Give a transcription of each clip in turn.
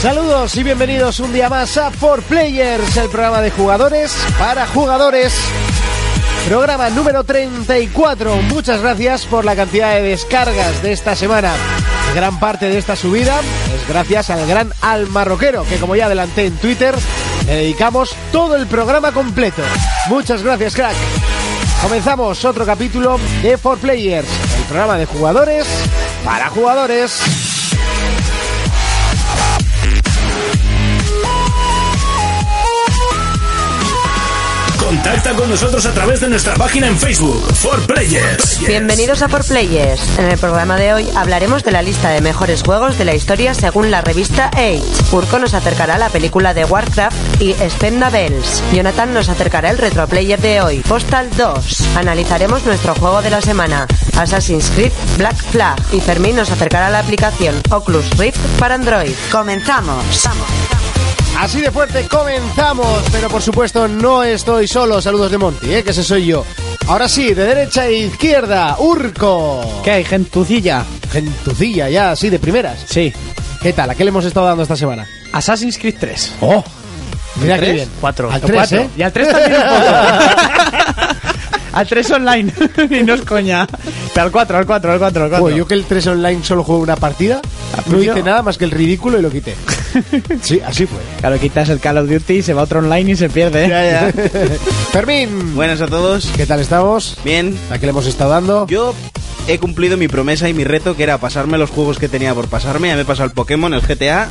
Saludos y bienvenidos un día más a For Players, el programa de jugadores para jugadores. Programa número 34. Muchas gracias por la cantidad de descargas de esta semana. Gran parte de esta subida es gracias al gran Al Marroquero, que como ya adelanté en Twitter, le dedicamos todo el programa completo. Muchas gracias, crack. Comenzamos otro capítulo de For Players, el programa de jugadores para jugadores. Contacta con nosotros a través de nuestra página en Facebook, For Players. Bienvenidos a Por Players. En el programa de hoy hablaremos de la lista de mejores juegos de la historia según la revista Age. Urko nos acercará a la película de Warcraft y Spenda Bells. Jonathan nos acercará el retroplayer de hoy, Postal 2. Analizaremos nuestro juego de la semana, Assassin's Creed Black Flag. Y Fermín nos acercará a la aplicación Oculus Rift para Android. ¡Comenzamos! Así de fuerte comenzamos, pero por supuesto no estoy solo. Saludos de Monty, ¿eh? que ese soy yo. Ahora sí, de derecha e izquierda, Urco. ¿Qué hay, gentucilla? Gentucilla ya, así de primeras. Sí. ¿Qué tal? ¿A qué le hemos estado dando esta semana? Assassin's Creed 3. ¡Oh! Mira qué ¿Tres? bien. Cuatro. Al O 3, cuatro. ¿eh? Y al 3 también un poco. al 3 online. y no es coña. Pero al 4, al 4, al 4, al 4. Joder, Pues yo que el 3 online solo jugué una partida, no Ah, pues yo- hice nada más que el ridículo y lo quité. Sí, así fue. Claro, quitas el Call of Duty, se va a otro online y se pierde, ¿eh? Ya, ya. Fermín, Buenas a todos. ¿qué tal estamos? Bien. ¿A qué le hemos estado dando? Yo he cumplido mi promesa y mi reto que era pasarme los juegos que tenía por pasarme. Ya me he pasado el Pokémon, el GTA.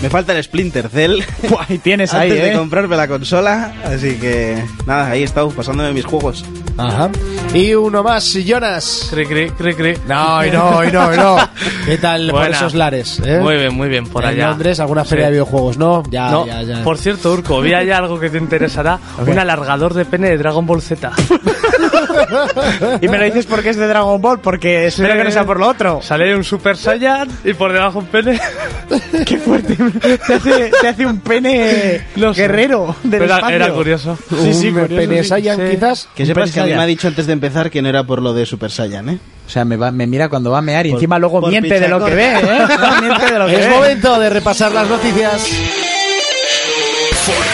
Me falta el Splinter Cell. Buah, y tienes Antes ahí, de ¿eh? comprarme la consola. Así que nada, ahí he estado pasándome mis juegos. Ajá. Y uno más, Jonas. Cri, cri, cri, cri. No, y no, y no, y no. ¿Qué tal por Buena. esos lares? eh? Muy bien, muy bien, por en allá. Londres, alguna feria Sí. de videojuegos, ¿no? Ya, No, ya, ya. por cierto, Urco, vi allá algo que te interesará. Un alargador de pene de Dragon Ball Z. Y me lo dices porque es de Dragon Ball, porque espero que no sea por lo otro. Sale un Super Saiyan y por debajo un pene. Qué fuerte. Te hace, te hace un pene No sé. guerrero del Pero era, espacio. era curioso. Sí, sí, Un curioso, Pene sí. Saiyan, Sí. quizás. Que sepas que a mí Saiyan. me ha dicho antes de empezar que no era por lo de Super Saiyan, ¿eh? O sea, me, va- me mira cuando va a mear y Por- encima luego por miente de lo que ve, pichacón. ¿eh? No, miente de lo que Es ve. momento de repasar las noticias.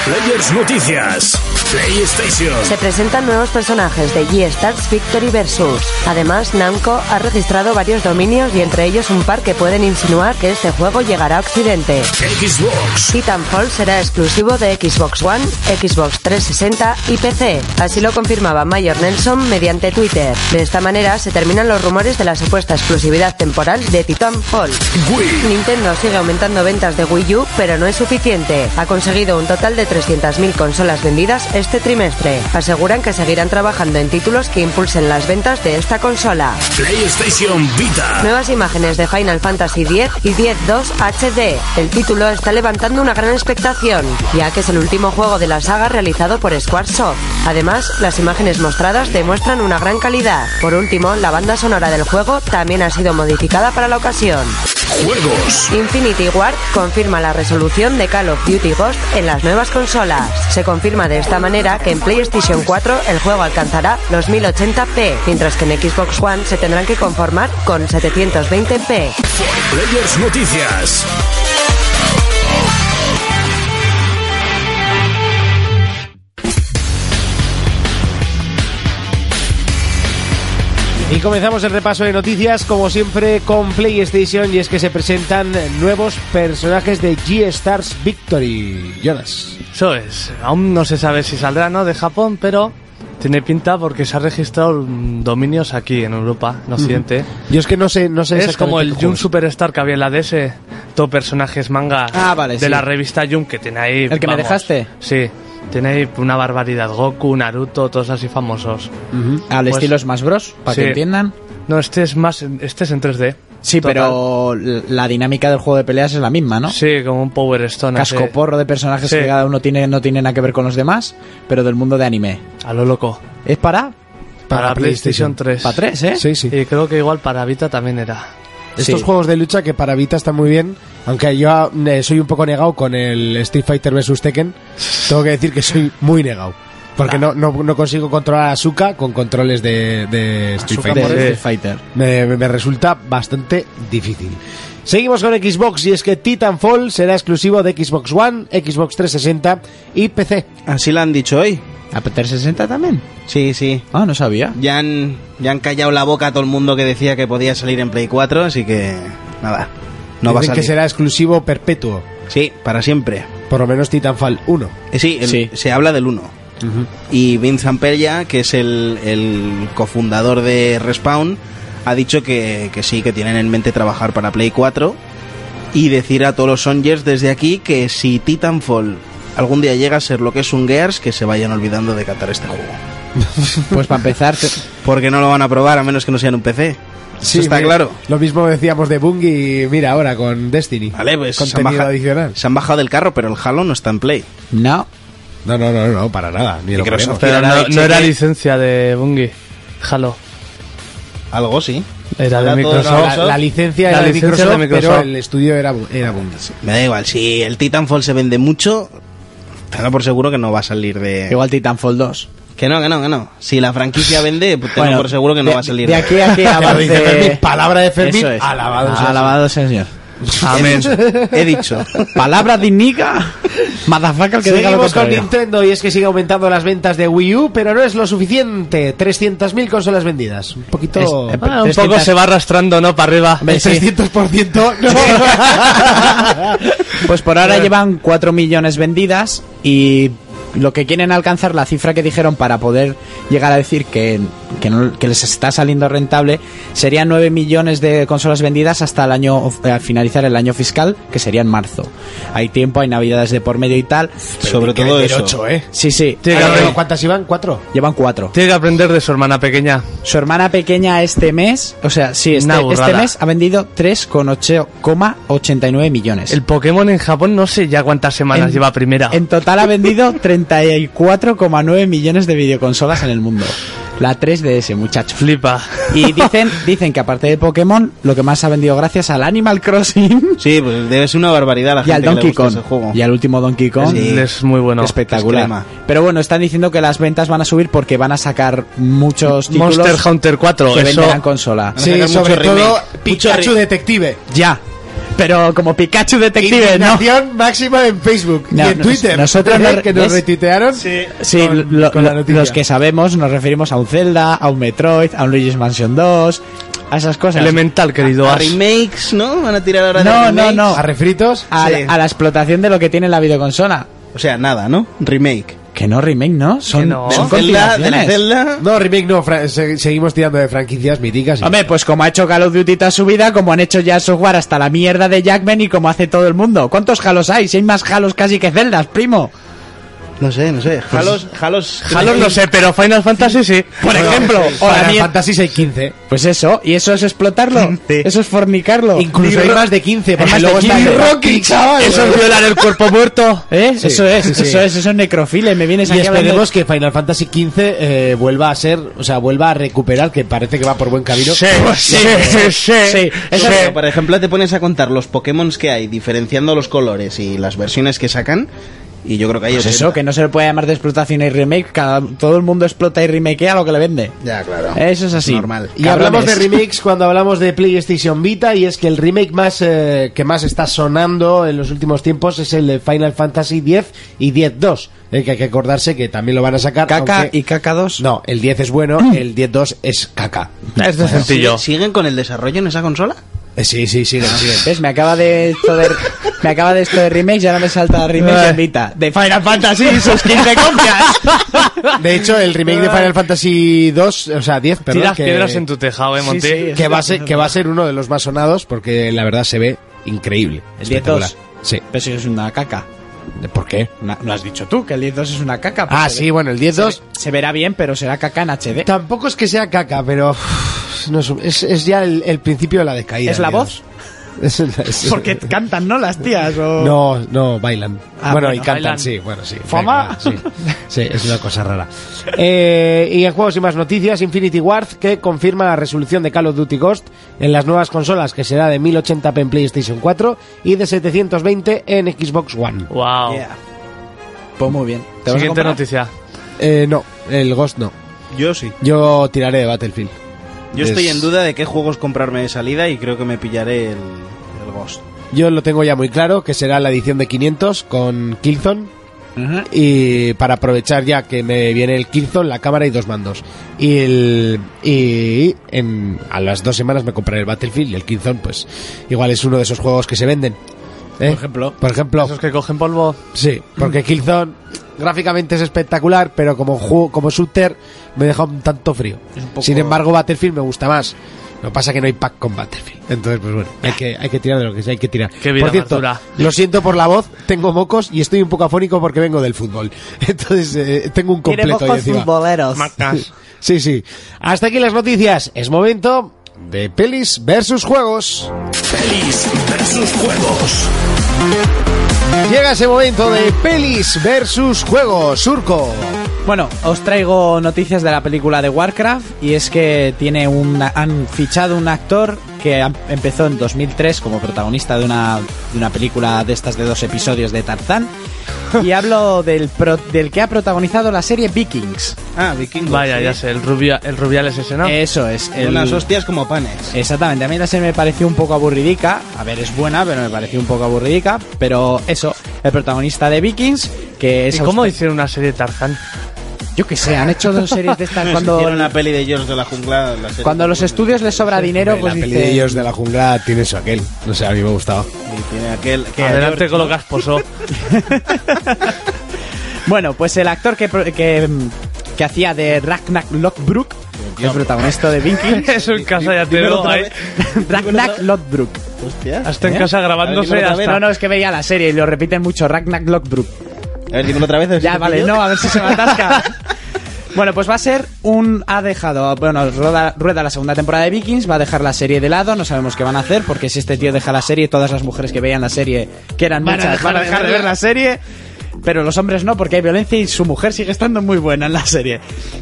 Players Noticias. PlayStation. Se presentan nuevos personajes de G-Stars Victory Versus. Además, Namco ha registrado varios dominios y entre ellos un par que pueden insinuar que este juego llegará a Occidente. Xbox. Titanfall será exclusivo de Xbox One, Xbox 360 y PC. Así lo confirmaba Mayor Nelson mediante Twitter. De esta manera se terminan los rumores de la supuesta exclusividad temporal de Titanfall. Wii. Nintendo sigue aumentando ventas de Wii U, pero no es suficiente. Ha conseguido un total de 300.000 consolas vendidas este trimestre. Aseguran que seguirán trabajando en títulos que impulsen las ventas de esta consola. PlayStation Vita. Nuevas imágenes de Final Fantasy X y X-2 HD. El título está levantando una gran expectación, ya que es el último juego de la saga realizado por Squaresoft. Además, las imágenes mostradas demuestran una gran calidad. Por último, la banda sonora del juego también ha sido modificada para la ocasión. Juegos. Infinity Ward confirma la resolución de Call of Duty Ghost en las nuevas consolas. Se confirma de esta manera que en PlayStation 4 el juego alcanzará los 1080p, mientras que en Xbox One se tendrán que conformar con 720p. Players Noticias. Y comenzamos el repaso de noticias, como siempre, con PlayStation. Y es que se presentan nuevos personajes de G-Stars Victory. Jonas. Eso es. Aún no se sabe si saldrá, ¿no? De Japón, pero tiene pinta porque se ha registrado mm, dominios aquí en Europa, en Occidente. Yo es que no sé, no sé Es exactamente como el qué Jun juegos. Superstar que había en la DS, todo personajes manga Ah, vale, de sí. la revista Jun que tiene ahí. ¿El que me dejaste? Sí, tiene ahí una barbaridad. Goku, Naruto, todos así famosos. Al Pues- estilo Smash Bros, para Sí. que entiendan. No, este es más, este es en 3D. Sí, Total. pero l- la dinámica del juego de peleas es la misma, ¿no? Sí, como un Power Stone. así. Casco porro de personajes Sí. que cada uno tiene, no tiene nada que ver con los demás, pero del mundo de anime. A lo loco. ¿Es para? Para, Para PlayStation PlayStation 3. Para tres, ¿eh? Sí, sí. Y creo que igual para Vita también era. Estos Sí. juegos de lucha que para Vita están muy bien, aunque yo eh, soy un poco negado con el Street Fighter vs Tekken, tengo que decir que soy muy negado. Porque no, no, no consigo controlar a Asuka con controles de, de Street Asuka Fighter. por Sí. Street Fighter. me, me resulta bastante difícil. Seguimos con Xbox y es que Titanfall será exclusivo de Xbox One, Xbox 360 y PC. Así lo han dicho hoy. ¿A P360 también? Sí, sí. Ah, no sabía. Ya han, ya han callado la boca a todo el mundo que decía que podía salir en Play 4, así que nada. No va a Dicen salir. que será exclusivo perpetuo, Sí, para siempre. por lo menos Titanfall 1. Eh, sí, el- Sí. se habla del 1. Y Vince Zamperla, que es el, el cofundador de Respawn, ha dicho que, que sí, que tienen en mente trabajar para Play 4 y decir a todos los Songers desde aquí que si Titanfall algún día llega a ser lo que es un Gears, que se vayan olvidando de catar este juego. Pues para empezar, te- Porque no lo van a probar a menos que no sean un PC. Eso está mira, claro. Lo mismo decíamos de Bungie, mira ahora con Destiny. Vale, pues se han, contenido baja- adicional. se han bajado del carro, pero el Halo no está en Play. no. No, no, no, no, para nada, ni lo queremos. Microsoft. Pero Era no, de no era cheque. licencia de Bungie. Halo. Algo sí. Era Era de todo No, Microsoft. la, la licencia La era de licencia Microsoft, de Microsoft. pero el estudio era, Bu- era Bungie. Me da igual, si el Titanfall se vende mucho, tenga por seguro que no va a salir de... Igual Titanfall 2. Que no, que no, que no. Si la franquicia vende, pues tengo Bueno, por seguro que no de- va a salir de aquí a que avance- Lo dice Fermín. Palabra de Fermín, Eso es. alabado sea. Alabado sea el Ah, señor. Amén. He dicho. Palabra dignica. Madafaka el que diga lo Seguimos con contrario. Nintendo y es que sigue aumentando las ventas de Wii U, pero no es lo suficiente. 300.000 consolas vendidas. Un poquito... Es- eh, Ah, un 300. poco se va arrastrando, ¿no? Para arriba. El eh, 300% no. Pues por ahora llevan 4 millones vendidas y lo que quieren alcanzar, la cifra que dijeron para poder llegar a decir que, que, no- que les está saliendo rentable, serían 9 millones de consolas vendidas hasta el año of- eh, al finalizar el año fiscal, que sería en marzo. Hay tiempo, hay navidades de por medio y tal. Sobre todo eso. ¿eh? Sí, sí. Tiene que, Ah, no, aprender, ¿Cuántas iban? ¿Cuatro? Llevan 4. tiene que aprender de su hermana pequeña. Su hermana pequeña este mes, o sea, sí, este, Una burrada. este mes ha vendido 3,89 millones. El Pokémon en Japón no sé ya cuántas semanas En- lleva primera. En total ha vendido 34,9 millones de videoconsolas en el mundo. La 3DS, muchachos. Flipa. Y dicen, dicen que aparte de Pokémon, lo que más ha vendido gracias al Animal Crossing Sí, pues debe ser una barbaridad la y gente al que le Donkey gusta Kong. ese juego. Y al último Donkey Kong. Sí. Es muy bueno. Es Espectacular. crema. Pero bueno, están diciendo que las ventas van a subir porque van a sacar muchos títulos Monster Hunter 4, que eso. venderán consola. a sacar mucho remake. Mucho Pikachu re- Detective. Ya. Pero como Pikachu Detective, ¿no? Indignación máxima en Facebook No, y en nos- Twitter. nosotros ¿Eh? no- que nos ¿ves? retuitearon. Sí, con- lo- con la lo- noticia. los que sabemos nos referimos a un Zelda, a un Metroid, a un Luigi's Mansion 2, a esas cosas. Elemental, querido A Ash. remakes, ¿no? Van a tirar ahora de No, no, remakes. no. Ah. A refritos. A, la- Sí. a la explotación de lo que tiene la videoconsola. O sea, nada, ¿no? Remake. Que no remake, ¿no? Son, Que no. son Del Zelda, del continuaciones. Zelda. No, remake no. fra- se- seguimos tirando de franquicias míticas. y- Hombre, pues como ha hecho Call of Duty toda su vida, como han hecho ya software hasta la mierda de Jackman y como hace todo el mundo. ¿Cuántos Halos hay? Si hay más Halos casi que Zeldas, primo. No sé, no sé. Jalos, jalos. Halo no sé, pero Final Fantasy sí. Por ejemplo, o la Para mier- Fantasy 615. Pues eso, y eso es explotarlo. Sí. Eso es fornicarlo. Eh, Incluso hay más de 15. Porque más de luego está 15. el Rocky, chaval. Eso es violar el cuerpo muerto. ¿Eh? Sí, eso es, sí, sí. eso es, eso es necrofile. Me vienes Y aquí hablando de- esperemos que Final Fantasy XV eh, vuelva a ser, o sea, vuelva a recuperar, que parece que va por buen camino. sí, sí, sí. Oh, Sí, eso Pero, por ejemplo, te pones a contar los Pokémon que hay, diferenciando los colores y las versiones que sacan. Y yo creo que hay Pues 80. eso, que no se le puede llamar de explotación y remake. Cada, todo el mundo explota y remakea lo que le vende. Ya, claro. Eso es así. Normal. Y Cabrones. hablamos de remakes cuando hablamos de PlayStation Vita y es que el remake más eh, que más está sonando en los últimos tiempos es el de Final Fantasy X y X-2, eh, que hay que acordarse que también lo van a sacar. Caca aunque- y Mm. caca 2. No, el 10 es bueno, el 10-2 es caca. Es de sencillo. ¿Siguen con el desarrollo en esa consola? Eh, sí, sí, siguen, siguen. ¿Ves? Me acaba de esto de, me acaba de esto de remakes y ahora me salta remake en Vita. De Final Fantasy y sus 15 copias. De hecho, el remake de Final Fantasy 2, o sea, 10, perdón, Tiras que- piedras en tu tejado, eh, Monty. sí, que va, a ser, que va a ser uno de los más sonados porque la verdad se ve increíble. El espectacular. 10-2. Sí. Pero si es una caca. ¿Por qué? No lo has dicho tú, que el 10.2 es una caca. Pues Ah, sí, bueno, el 10-2 Se, se verá bien, pero será caca en HD. tampoco es que sea caca, pero uff, no es, es- es ya el, el principio de la decaída. ¿Es la digamos. voz? Es el- es- Porque cantan, ¿no? Las tías. O... No, no, bailan. Ah, bueno, bueno, y cantan, bailan. sí, bueno, sí. Fama. Venga, sí. Sí, es una cosa rara. Eh, y en juegos y más noticias, Infinity Ward, que confirma la resolución de Call of Duty Ghost en las nuevas consolas, que será de 1080p en PlayStation 4 y de 720 en Xbox One. Wow. Yeah. Pues muy bien. ¿Te vas a Siguiente comprar? noticia. Eh, no, el Ghost no. Yo sí. Yo tiraré de Battlefield. Yo Es- estoy en duda de qué juegos comprarme de salida y creo que me pillaré el, el Ghost. Yo lo tengo ya muy claro, que será la edición de 500 con Killzone. Y para aprovechar ya que me viene el Killzone, la cámara y dos mandos. Y, el, y en, a las dos semanas me compraré el Battlefield y el Killzone, pues igual es uno de esos juegos que se venden. ¿eh? Por ejemplo. Por ejemplo. Esos que cogen polvo. Oh, Sí, porque Killzone gráficamente es espectacular, pero como juego, como shooter me deja un tanto frío. Sin embargo, Battlefield me gusta más. Lo que pasa es que no hay pack con Battlefield. Entonces, pues bueno, hay que, hay que tirar de lo que sea, hay que tirar. Qué vida por cierto, más dura. lo siento por la voz, tengo mocos y estoy un poco afónico porque vengo del fútbol. Entonces, eh, tengo un completo ahí encima. futboleros. Marcas. Sí, sí. Hasta aquí las noticias. Es momento de pelis versus juegos. Pelis versus juegos. Llega ese momento de pelis versus juegos. Surco. Bueno, os traigo noticias de la película de Warcraft y es que tiene un, han fichado un actor que am- empezó en 2003 como protagonista de una, de una película de estas de dos episodios de Tarzán y hablo del, pro- del que ha protagonizado la serie Vikings. Ah, Vikingos. Vaya, sí. ya sé, el, rubia, el rubial es ese, ¿no? Ah. Eso es. el- Unas hostias como panes. Exactamente, a mí la serie me pareció un poco aburridica. A ver, es buena, pero me pareció un poco aburridica. Pero eso, el protagonista de Vikings, que es. ¿Y cómo austra- hicieron una serie de Tarzán? Yo que sé, han hecho dos series de estas cuando. Hicieron la peli de George de la jungla. la serie Cuando a los de- estudios les sobra dinero, pues la peli dice- de ellos de la jungla tiene su aquel. No sé, a mí me ha gustado. Y tiene aquel. que a George- Adelante con lo casposo. Bueno, pues el actor que, pro- que, mm, que hacía de Ragnar Lothbrok, que es protagonista de Vikings. es un casa ya te Dímelo lo otra ahí. vez. Ragnar Lothbrok. Hostia. Hasta en ¿Eh? casa grabándose dímelo otra vez. No, hasta... no, es que veía la serie y lo repiten mucho, Ragnar Lothbrok. A ver, dímelo otra vez. a ver si Ya, te vale, pillo. no, a ver si se me atasca. Bueno, pues va a ser un... Ha dejado... Bueno, rueda, rueda la segunda temporada de Vikings, va a dejar la serie de lado, no sabemos qué van a hacer, porque si este tío deja la serie, todas las mujeres que veían la serie, que eran Van a muchas, dejar van a de dejar de verla. ver la serie, pero los hombres no, porque hay violencia y su mujer sigue estando muy buena en la serie.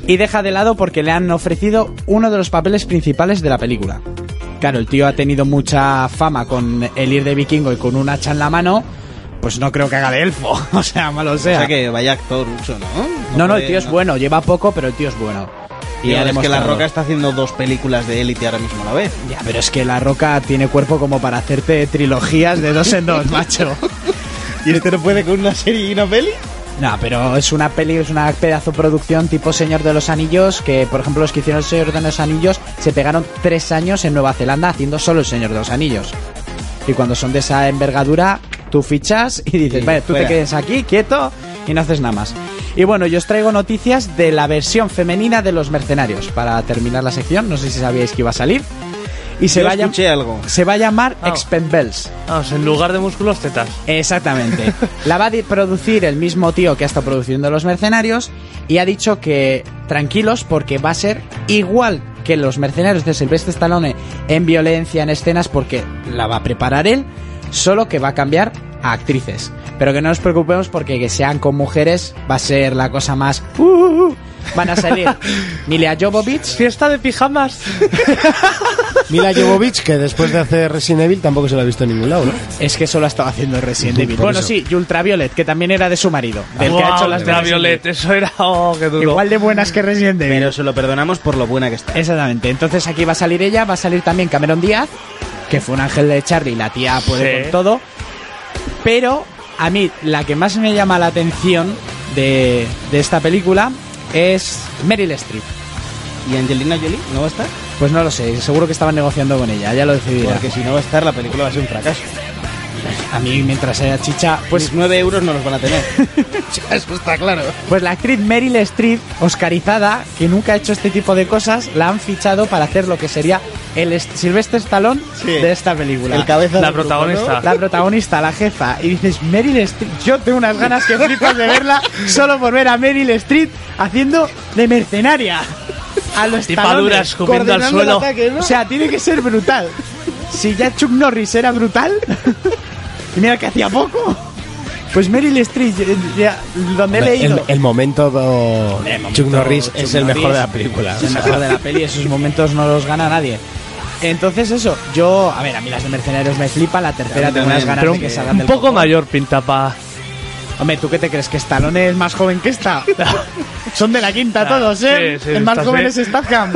Y deja de lado porque le han ofrecido uno de los papeles principales de la película. Claro, el tío ha tenido mucha fama con el ir de vikingo y con un hacha en la mano, pues no creo que haga de elfo, o sea, malo sea. O sea que vaya actor, mucho, ¿no? No, no, puede- el tío es no- bueno, lleva poco, pero el tío es bueno. Y ha Tío, es que La demostrado. Roca está haciendo dos películas de élite ahora mismo a la vez. Ya, pero es que La Roca tiene cuerpo como para hacerte trilogías de dos en dos, macho. ¿Y este no puede con una serie y una peli? No, pero es una peli, es una pedazo producción tipo Señor de los Anillos, que por ejemplo los que hicieron el Señor de los Anillos se pegaron tres años en Nueva Zelanda haciendo solo el Señor de los Anillos. Y cuando son de esa envergadura, tú fichas y dices, Y vaya, tú fuera. te quedes aquí, quieto, y no haces nada más. Y bueno, yo os traigo noticias de la versión femenina de los mercenarios para terminar la sección. No sé si sabíais que iba a salir. Y se, Yo va, a llam- escuché Oh. algo. se va a llamar Ah. Expendables. Vamos, en lugar de músculos, tetas. Exactamente. La va a di- producir el mismo tío que ha estado produciendo Los Mercenarios y ha dicho que tranquilos porque va a ser igual que Los Mercenarios de Silvestre Stallone en violencia, en escenas, porque la va a preparar él, solo que va a cambiar a actrices. Pero que no nos preocupemos porque que sean con mujeres va a ser la cosa más... uh, uh, uh. Van a salir Milia Jovovich, Fiesta de pijamas. Mila Jovovich, que después de hacer Resident Evil tampoco se la ha visto en ningún lado, ¿no? es que solo ha estado haciendo Resident Evil. Por Bueno, eso. sí, y Ultraviolet, que también era de su marido, del que ha Guau, hecho las de la Resident Violet, eso era... Oh, qué duro. Evil. Igual de buenas que Resident Evil. Pero se lo perdonamos por lo buena que está. Exactamente. Entonces aquí va a salir ella, va a salir también Cameron Díaz, que fue un ángel de Charlie, la tía puede Sí. con todo. Pero a mí la que más me llama la atención de, de esta película es Meryl Streep. ¿Y Angelina Jolie no va a estar? Pues no lo sé, seguro que estaban negociando con ella, ya lo decidirá. Porque si no va a estar, la película va a ser un fracaso. A mí mientras haya chicha, Pues pues, 9 euros no los van a tener. pues la actriz Meryl Streep, oscarizada, que nunca ha hecho este tipo de cosas, la han fichado para hacer lo que sería el est- Sylvester Stallone Sí. de esta película. El cabeza La del grupo, protagonista. la protagonista, la jefa, y dices Meryl Streep. Yo tengo unas ganas que flipas de verla solo por ver a Meryl Streep haciendo de mercenaria. A los Tipa dura, talones, escupiendo al coordinando el suelo. ataque, ¿no? O sea, tiene que ser brutal. Si ya Chuck Norris era brutal, y mira que hacía poco. Pues Meryl Streep, eh, ya, donde he leído. El, el momento, do- Eh, Chuck Norris es el mejor de la película. Es el mejor de la peli, esos momentos no los gana nadie. Entonces eso, yo, a ver, a mí las de mercenarios me flipan, la tercera mí tengo unas también, ganas pero de que un- salgan Un del poco copón. mayor pinta pa... Hombre, ¿tú qué te crees? ¿Que Stallone es más joven que esta? Son de la quinta Ah, todos, ¿eh? sí, sí, el más estás joven bien. es Statham.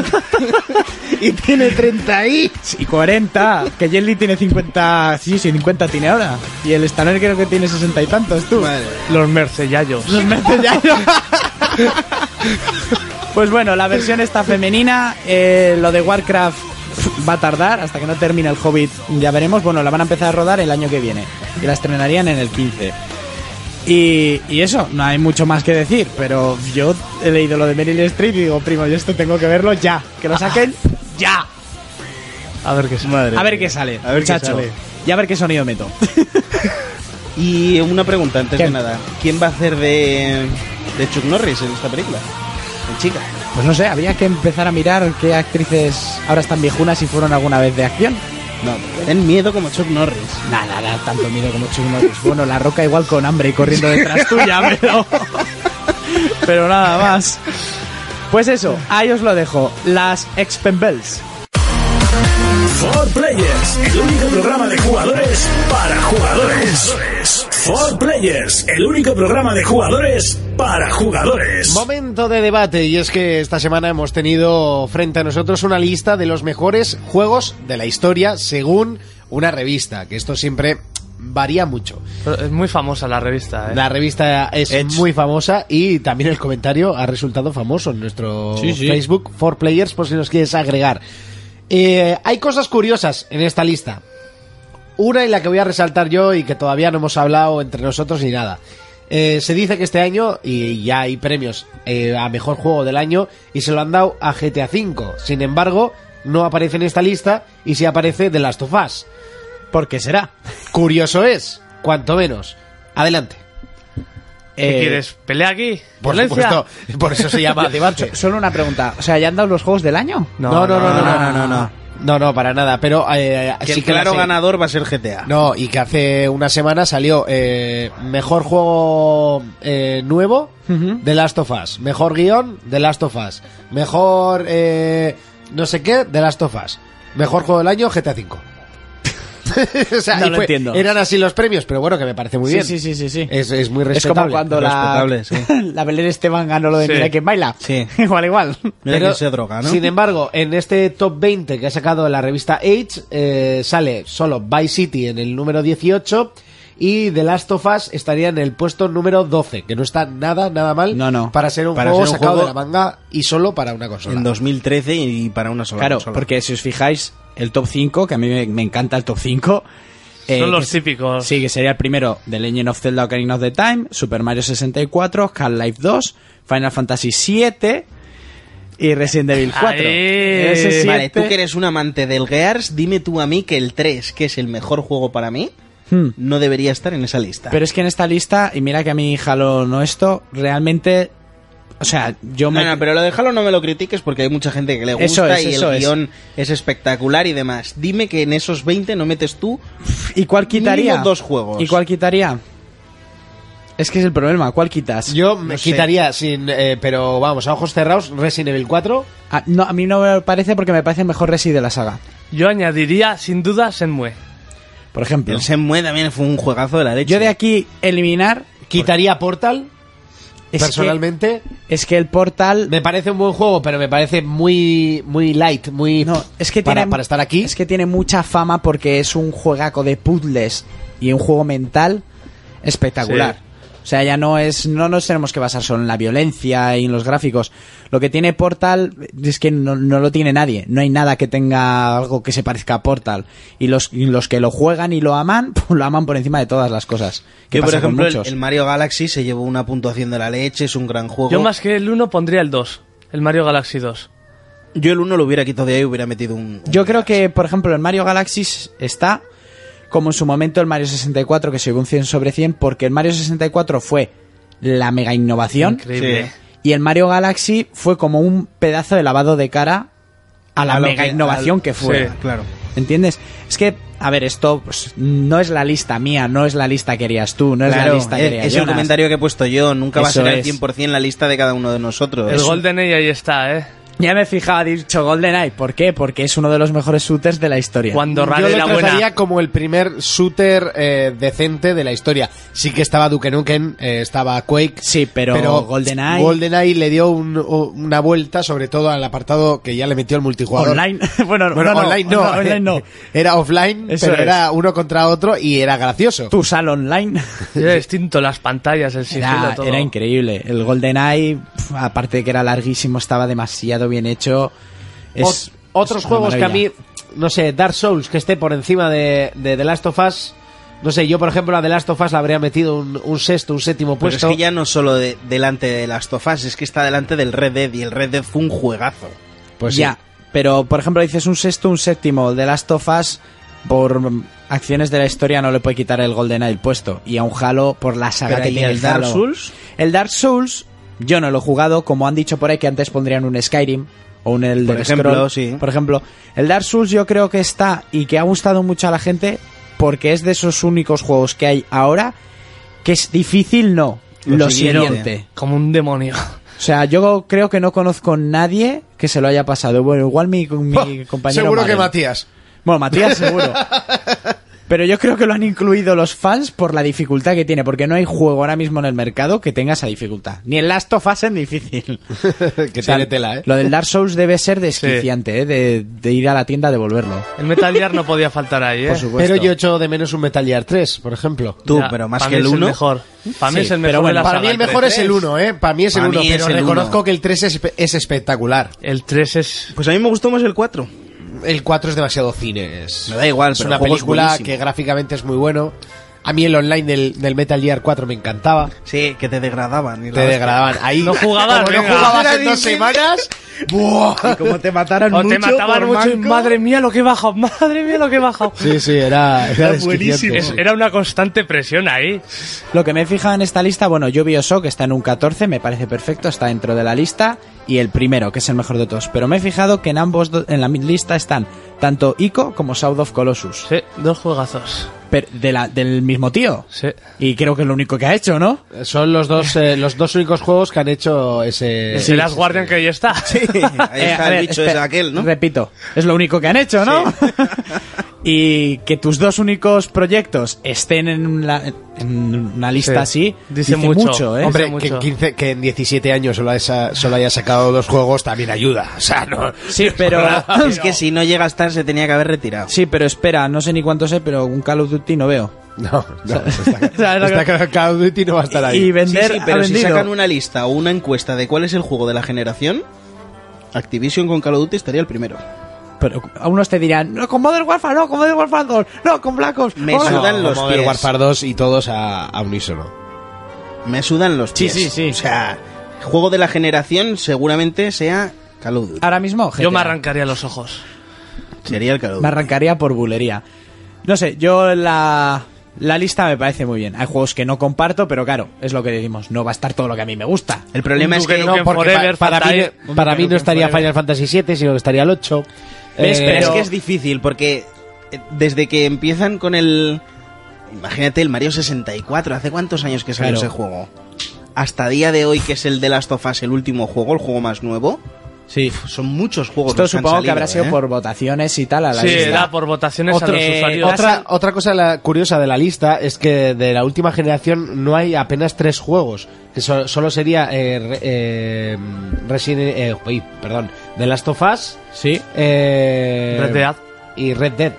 y tiene 30 y... Y 40. Que Jelly tiene 50... Sí, sí, 50 tiene ahora. Y el Stallone creo que tiene 60 y tantos, tú. Los mercellaios. Los mercenarios. pues bueno, la versión está femenina. eh, lo de Warcraft va a tardar hasta que no termine el Hobbit. Ya veremos. Bueno, la van a empezar a rodar el año que viene. Y la estrenarían en el 15. Y, y eso, no hay mucho más que decir. Pero yo he leído lo de Meryl Streep y digo, primo, yo esto tengo que verlo ya. Que lo saquen ya. A ver qué es. A ver qué sale, A ver qué muchacho. sale. Y a ver qué sonido meto. Y una pregunta antes de ¿Quién? nada. ¿Quién va a hacer de, de Chuck Norris en esta película? En chica. Pues no sé, habría que empezar a mirar qué actrices ahora están viejunas y fueron alguna vez de acción. No, ten miedo como Chuck Norris. Nada, nada, tanto miedo como Chuck Norris. Bueno, la roca igual con hambre y corriendo detrás tuya, pero. Pero nada más. Pues eso, ahí os lo dejo. Las Expembels. For Players, el único programa de jugadores para jugadores. For Players, el único programa de jugadores para jugadores. Momento de debate, y es que esta semana hemos tenido frente a nosotros una lista de los mejores juegos de la historia según una revista, que esto siempre varía mucho. Pero Es muy famosa la revista, ¿eh? La revista es muy famosa y también el comentario ha resultado famoso en nuestro Sí, sí. Facebook for Players por si nos quieres agregar. Eh, hay cosas curiosas en esta lista. Una en la que voy a resaltar yo y que todavía no hemos hablado entre nosotros ni nada. Eh, se dice que este año, y ya hay premios eh, a mejor juego del año, y se lo han dado a GTA V. Sin embargo, no aparece en esta lista y sí aparece The Last of Us. ¿Por qué será? Curioso es, cuanto menos. Adelante. ¿Qué Eh, quieres? ¿Pelea aquí? Por ¿Violencia? supuesto, por eso se llama debate. Solo una pregunta. O sea, ¿ya han dado los juegos del año? No, no, no, no, no, no, no, no. no, no, para nada. Pero eh, Que sí el que la claro se- ganador va a ser GTA. No, y que hace una semana salió eh, mejor juego eh, nuevo Ujú. de Last of Us, mejor guión de Last of Us, mejor eh, no sé qué de Last of Us, mejor juego del año GTA V. O sea, No y lo entiendo. Eran así los premios, pero bueno, que me parece muy Sí, bien. sí, sí, sí, sí. Es, es muy Es respetable. como cuando la, respetable, sí. la Belén Esteban ganó lo de Sí. Mira quién baila. Sí. igual, igual. Mira Pero, quién se droga, ¿no? Sin embargo, en este top 20 que ha sacado la revista Age, eh, sale solo Vice City en el número 18 y The Last of Us estaría en el puesto número 12, que no está nada, nada mal No, no. para ser un Para juego ser un sacado juego- de la manga y solo para una consola. En 2013 y para una sola. Claro, consola. porque si os fijáis, el top 5, que a mí me, me encanta el top 5. Son los típicos. eh, Sí, que sería el primero The Legend of Zelda Ocarina of the Time, Super Mario 64, Half-Life 2, Final Fantasy 7 y Resident Evil 4. Ahí. Ese siete- Eh, Vale, tú que eres un amante del Gears, dime tú a mí que el 3, que es el mejor juego para mí, Hmm. no debería estar en esa lista. Pero es que en esta lista, y mira que a mí Halo no esto, realmente... O sea, yo No, me... no, pero lo de Halo no me lo critiques porque hay mucha gente que le gusta Eso es, y eso el es. guión es espectacular y demás. Dime que en esos 20 no metes tú ¿Y cuál quitaría? mínimo dos juegos. ¿Y cuál quitaría? Es que es el problema, ¿cuál quitas? Yo me No sé. quitaría sin, eh, pero vamos, a ojos cerrados, Resident Evil 4. A, Ah, no, a mí no me parece porque me parece el mejor Resi de la saga. Yo añadiría, sin duda, Senmue. Por ejemplo. El Senmue también fue un juegazo de la leche. Yo de aquí eliminar... Quitaría Portal, es que- personalmente. es que el portal... Me parece un buen juego, pero me parece muy, muy light, muy... No, es que para, tiene- para estar aquí. Es que tiene mucha fama porque es un juegaco de puzzles y un juego mental espectacular. Sí. O sea, ya no es, no nos tenemos que basar solo en la violencia y en los gráficos. Lo que tiene Portal es que no, no lo tiene nadie. No hay nada que tenga algo que se parezca a Portal. Y los, y los que lo juegan y lo aman, lo aman por encima de todas las cosas. Que Yo, por pasa con ejemplo, el, muchos. el Mario Galaxy se llevó una puntuación de la leche, es un gran juego. Yo más que el 1 pondría el 2, el Mario Galaxy 2. Yo el 1 lo hubiera quitado de ahí y hubiera metido un... Yo creo que, por ejemplo, el Mario Galaxy está como en su momento el Mario 64, que se llevó un 100 sobre 100, porque el Mario 64 fue la mega innovación Increíble. Sí. y el Mario Galaxy fue como un pedazo de lavado de cara a la A lo mega que- innovación al- que fue. Sí. Claro. ¿Entiendes? Es que, a ver, esto pues, no es la lista mía, no es la lista que harías tú, no es la Claro, eh, lista que es, haría es el Jonas. comentario que he puesto yo. Nunca va a Eso ser es. el 100% la lista de cada uno de nosotros. El Golden Age ahí está, ¿eh? Ya me he fijado, ha dicho GoldenEye. ¿Por qué? Porque es uno de los mejores shooters de la historia. Cuando Yo Rare lo era trataría buena. como el primer shooter eh, decente de la historia. Sí que estaba Duke Nukem, eh, estaba Quake. Sí, pero GoldenEye- GoldenEye le dio un- o- una vuelta, sobre todo al apartado que ya le metió el multijugador. Online. bueno, Bueno, no, no, online no. eh, online no. Era offline, Eso pero es. era uno contra otro y era gracioso. Tu sal online. Era distinto las pantallas, el sigilo, Era, todo. era increíble. El GoldenEye, pf, aparte de que era larguísimo, estaba demasiado bien hecho. Es- Ot- otros es una juegos que a mí, maravilla. no sé, Dark Souls, que esté por encima de, de The Last of Us. No sé, yo por ejemplo a The Last of Us la habría metido un, un sexto, un séptimo Pues puesto. es que ya no solo de- delante de las tofas, es que está delante del Red Dead y el Red Dead fue un juegazo. Pues sí. ya. Pero, por ejemplo, dices un sexto, un séptimo de las tofas. Por mm, acciones de la historia no le puede quitar el GoldenEye el puesto. Y a un Halo por la saga Pero que ¿y tiene el Dark Halo. Souls? El Dark Souls, yo no lo he jugado. Como han dicho por ahí que antes pondrían un Skyrim o un Elder Por ejemplo, Scroll. sí. Por ejemplo, el Dark Souls yo creo que está y que ha gustado mucho a la gente porque es de esos únicos juegos que hay ahora que es difícil, no. Lo Lo, siguiente. siguiente. Como un demonio. O sea, yo creo que no conozco nadie que se lo haya pasado. Bueno, igual mi, mi compañero. Oh, Seguro que Maren. Matías. Bueno, Matías seguro. Pero yo creo que lo han incluido los fans por la dificultad que tiene, porque no hay juego ahora mismo en el mercado que tenga esa dificultad. Ni el Last of Us en difícil. que O sea, tiene tela, ¿eh? Lo del Dark Souls debe ser desquiciante, ¿eh? de, de ir a la tienda a devolverlo. El Metal Gear no podía faltar ahí, ¿eh? Por supuesto. Pero yo echo de menos un Metal Gear 3, por ejemplo. Tú, Ya, pero más para que mí el es 1. mejor. Para mí Sí, es pero el mejor de bueno, la Para saga, mí el mejor es el 1, ¿eh? Para mí es el Para 1, mí pero es el reconozco uno. que el 3 es, es espectacular. El 3 es... Pues a mí me gustó más el 4. El 4 es demasiado cine. Es, Me da igual, es pero una el juego es película buenísimo. que gráficamente es muy bueno. A mí el online del, del Metal Gear 4 me encantaba. Sí, que te degradaban. y la Te hostia. degradaban. Ahí No jugabas, como no venga. jugabas Era en dos difícil. semanas. ¡buah! Y como te mataran O te mucho mataban por mucho y manco- madre mía lo que he bajado, madre mía lo que he bajado. Sí, sí, era, era desquiciante. Es- era una constante presión ahí. Lo que me he fijado en esta lista, bueno, yo Bioshock está en un 14, me parece perfecto, está dentro de la lista. Y el primero, que es el mejor de todos. Pero me he fijado que en ambos, do- en la lista están tanto Ico como South of Colossus. Sí, dos juegazos. Pero de la- del mismo tío. Sí. Y creo que es lo único que ha hecho, ¿no? Son los dos, eh, los dos únicos juegos que han hecho ese... el Last Guardian que ahí está. Sí, ahí Eh, está a el ver, bicho espera, ese aquel, ¿no? Repito, es lo único que han hecho, ¿no? y que tus dos únicos proyectos estén en una, en una lista así, Sí. Dice mucho. ¿eh? Hombre, Hombre, que en, mucho. 15 que en 17 años solo, haya- solo haya sacado dos juegos también ayuda. O sea, no... sí, pero... Ah, Es que si no llega a estar se tenía que haber retirado. Sí, pero espera, no sé ni cuánto sé, pero un Call of Duty no veo. No, no, sea, está, lo está que- claro, Call of Duty no va a estar ahí. Y vender sí, sí, ha pero si vendido. sacan una lista o una encuesta de cuál es el juego de la generación, Activision con Call of Duty estaría el primero. Pero a unos te dirán, no, con Modern Warfare, no, con Modern Warfare 2, no, con Black Ops. Me hola". suda sudan los Modern pies. Warfare 2 y todos a, a unísono. Me sudan los Sí, pies. sí, sí. O sea, el juego de la generación seguramente sea Call of Duty. Ahora mismo, Yo GTA. me arrancaría los ojos. Sería el Call of Duty. Me arrancaría por bulería. No sé, yo la, la lista me parece muy bien. Hay juegos que no comparto, pero claro, es lo que decimos. No va a estar todo lo que a mí me gusta. El problema Un es que Duke no, Nukem porque Forever, Para mí, Fatal, un para Duke mí no Nukem estaría Forever. Final Fantasy VII, sino que estaría el 8. ¿Ves? Eh, Pero es Pero- que es difícil porque eh, desde que empiezan con el... Imagínate el Mario 64, ¿hace cuántos años que salió Claro. ese juego? Hasta día de hoy, que es el de Last of Us, el último juego, el juego más nuevo, Sí. son muchos juegos. Esto los han supongo que salido, habrá sido ¿eh? por votaciones y tal a la Sí, lista. era por votaciones Otro- a los eh, usuarios. otra, otra cosa la- curiosa de la lista es que de la última generación no hay apenas tres juegos. Que so- solo sería eh, re- eh, Resident eh, uy, perdón, The Last of Us Sí. eh, Red Dead. y Red Dead.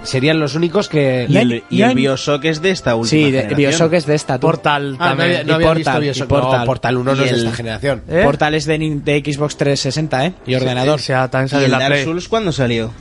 Serían los únicos que... Y el, y el Yan- Bioshock es de esta última Sí, de- generación. Bioshock es de esta. tú. Portal Ah, no también. había, no y había visto Portal, Bioshock. y Portal. No, Portal 1 no Y es de el- esta generación. ¿Eh? Portal es de, nin- de Xbox 360, ¿eh? Y ordenador. O sea, ah, también ¿Y sale el la Dark Play. Souls cuándo salió?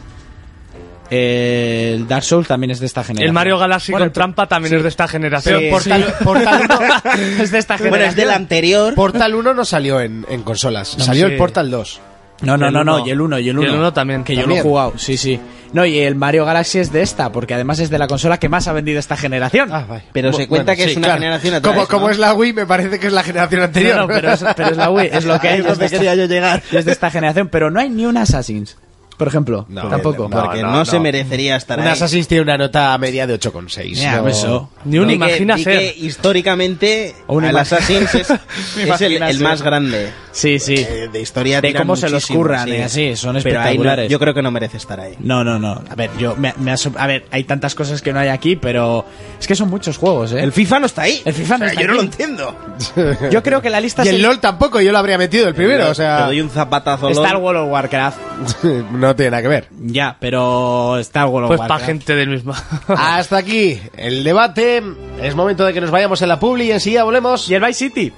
Eh, el Dark Souls también es de esta generación. El Mario Galaxy Bueno, con trampa también es de esta generación. Sí, Portal- Portal, Portal 1 es de esta Bueno, es del generación. anterior. Portal 1 no salió en, en consolas, No, salió sí. el Portal 2. No, no, El no, no, uno. y el 1, y el Y 1. el uno también. Que yo lo he También. jugado, sí, sí. No, y el Mario Galaxy es de esta, porque además es de la consola que más ha vendido esta generación. Pero Pues se cuenta que es una generación atrás, Como, como ¿no? es la Wii, me parece que es la generación No, anterior. no, pero, es, pero es la Wii, es lo que hay. Ahí es donde es de quería esta- yo llegar. es de esta generación, pero no hay ni un Assassin's, por ejemplo. tampoco. no, Porque no, no, no. se merecería estar Un ahí. Assassin's tiene una nota media de 8,6. Ya, No- pues eso. Ni un Di que- imagina di ser. que históricamente O un el imagina- Assassin's es, Me es el, imagina el ser. más grande. Sí, sí. eh, de historia De tiran cómo se los muchísimo, curran, sí. y así, son Pero ahí no- espectaculares. ¿Eh? yo creo que no merece estar ahí. No, no, no. A ver, yo me, me ha sor- a ver, hay tantas cosas que no hay aquí, pero es que son muchos juegos, ¿eh? El FIFA no está ahí. El FIFA no O sea, está yo no ahí. lo entiendo. Yo creo que la lista Y se- el LOL tampoco, yo lo habría metido el primero, o Te sea... doy un zapatazo. está el LOL. World of Warcraft. no tiene nada que ver. Ya, pero está el World of Pues para Warcraft. gente del mismo. Hasta aquí el debate. Es momento de que nos vayamos en la publi y enseguida volvemos Y el Vice City.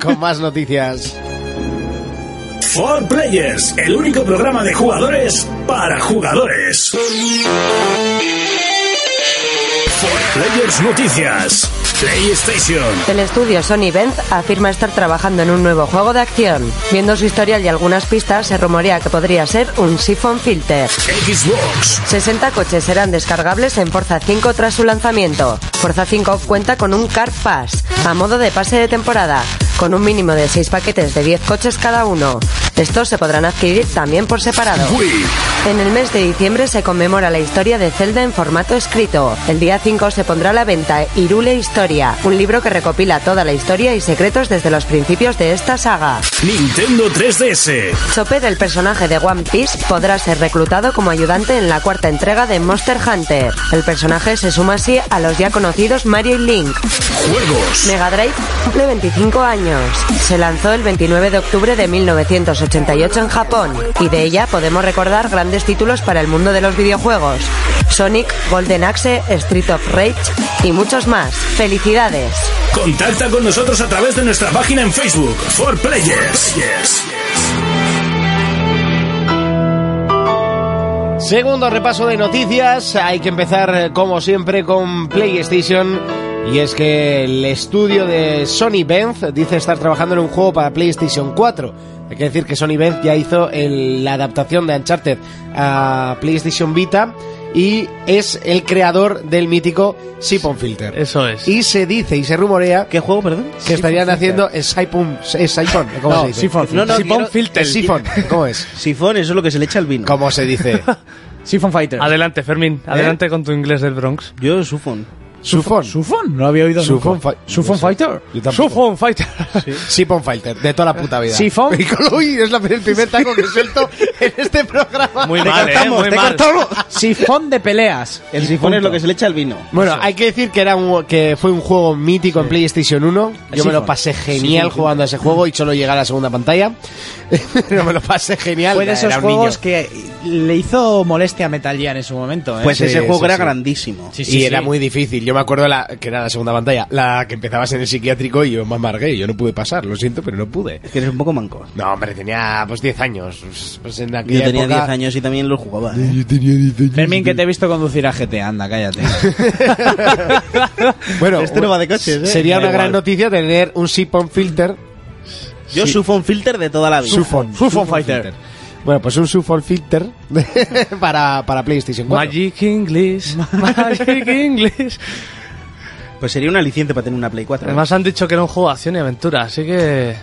con más noticias. For Players, el único programa de jugadores para jugadores. For Players Noticias, PlayStation, El estudio Sony Benz afirma estar trabajando en un nuevo juego de acción. Viendo su historial y algunas pistas, se rumorea que podría ser un Siphon Filter. Xbox, 60 coches serán descargables en Forza 5 tras su lanzamiento. Forza 5 cuenta con un Car Pass, a modo de pase de temporada, con un mínimo de 6 paquetes de 10 coches cada uno. Estos se podrán adquirir también por separado. Wii, En el mes de diciembre se conmemora la historia de Zelda en formato escrito. El día 5 se pondrá a la venta Irule Historia, un libro que recopila toda la historia y secretos desde los principios de esta saga. Nintendo 3DS, Chopper, el personaje de One Piece, podrá ser reclutado como ayudante en la cuarta entrega de Monster Hunter. El personaje se suma así a los ya conocidos Mario y Link. Juegos, Mega Drive cumple 25 años. Se lanzó el 29 de octubre de 1988 en Japón y de ella podemos recordar grandes títulos para el mundo de los videojuegos. Sonic, Golden Axe, Street of Rage y muchos más. ¡Felicidades! Contacta con nosotros a través de nuestra página en Facebook, For Players. Segundo repaso de noticias. Hay que empezar, eh, como siempre, con PlayStation. Y es que el estudio de Sony Benz dice estar trabajando en un juego para PlayStation 4. Hay que decir que Sony Benz ya hizo el- la adaptación de Uncharted a PlayStation Vita y es el creador del mítico Sipon Filter. Eso es. Y se dice y se rumorea ¿Qué juego, perdón? que estarían haciendo el Siphon, eh, Siphon, ¿cómo No, se dice? Siphon No, no, Siphon quiero- Filter. Siphon, ¿cómo es? Sifón, eso es lo que se le echa al vino. ¿Cómo se dice? Siphon Fighter. Adelante, Fermín. Adelante con tu inglés del Bronx. Yo, Sufón. Sufon. Sufon, no había oído Sufon nunca. Fi- Sufon no sé. Fighter. Yo tampoco. Sufon Fighter. Sipon Fighter, de toda la puta vida. Sifón. Y con- Uy, es la, el primer taco que suelto en este programa. Muy Te mal, eh, cortamos, muy te mal. cortamos. Sifón de peleas. El sifón es lo que se le echa al vino. Eh, Bueno, hay que decir que, era un- que fue un juego mítico en PlayStation 1. Yo me Sifón. lo pasé genial Sifón. jugando a ese juego y solo llegué a la segunda pantalla. Pero me lo pasé genial. Fue de Era esos un juegos niño. que le hizo molestia a Metal Gear en su momento, ¿eh? Pues Sí, ese juego sí, era sí. grandísimo. Sí, sí, y sí. era muy difícil. Yo me acuerdo la, que era la segunda pantalla, la que empezabas en el psiquiátrico y yo me amargué. Yo no pude pasar, lo siento, pero no pude. Es que eres un poco manco. No, hombre, tenía pues 10 años. Pues en aquella Yo tenía época- 10 años y también lo jugaba. ¿eh? Fermín, que te he visto conducir a GT, anda, cállate. Bueno, Este no va de coches, ¿eh? Sería Da una gran igual. noticia tener un sipon filter. Yo, Sufón Filter de toda la vida. Sufon. Sufon Fighter. Bueno, pues un sufon filter para, para PlayStation 4. Magic English. Magic English. Pues sería un aliciente para tener una Play 4. ¿eh? Además han dicho que era un juego de acción y aventura, así que...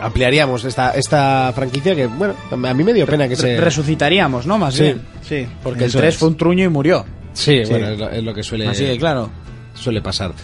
Ampliaríamos esta, esta franquicia que, bueno, a mí me dio pena que se... Resucitaríamos, ¿no? Más Sí. bien. ¿eh? sí. Porque el Eso 3 es. fue un truño y murió. Sí, bueno, es lo, es lo que suele, Así que, claro. suele pasar.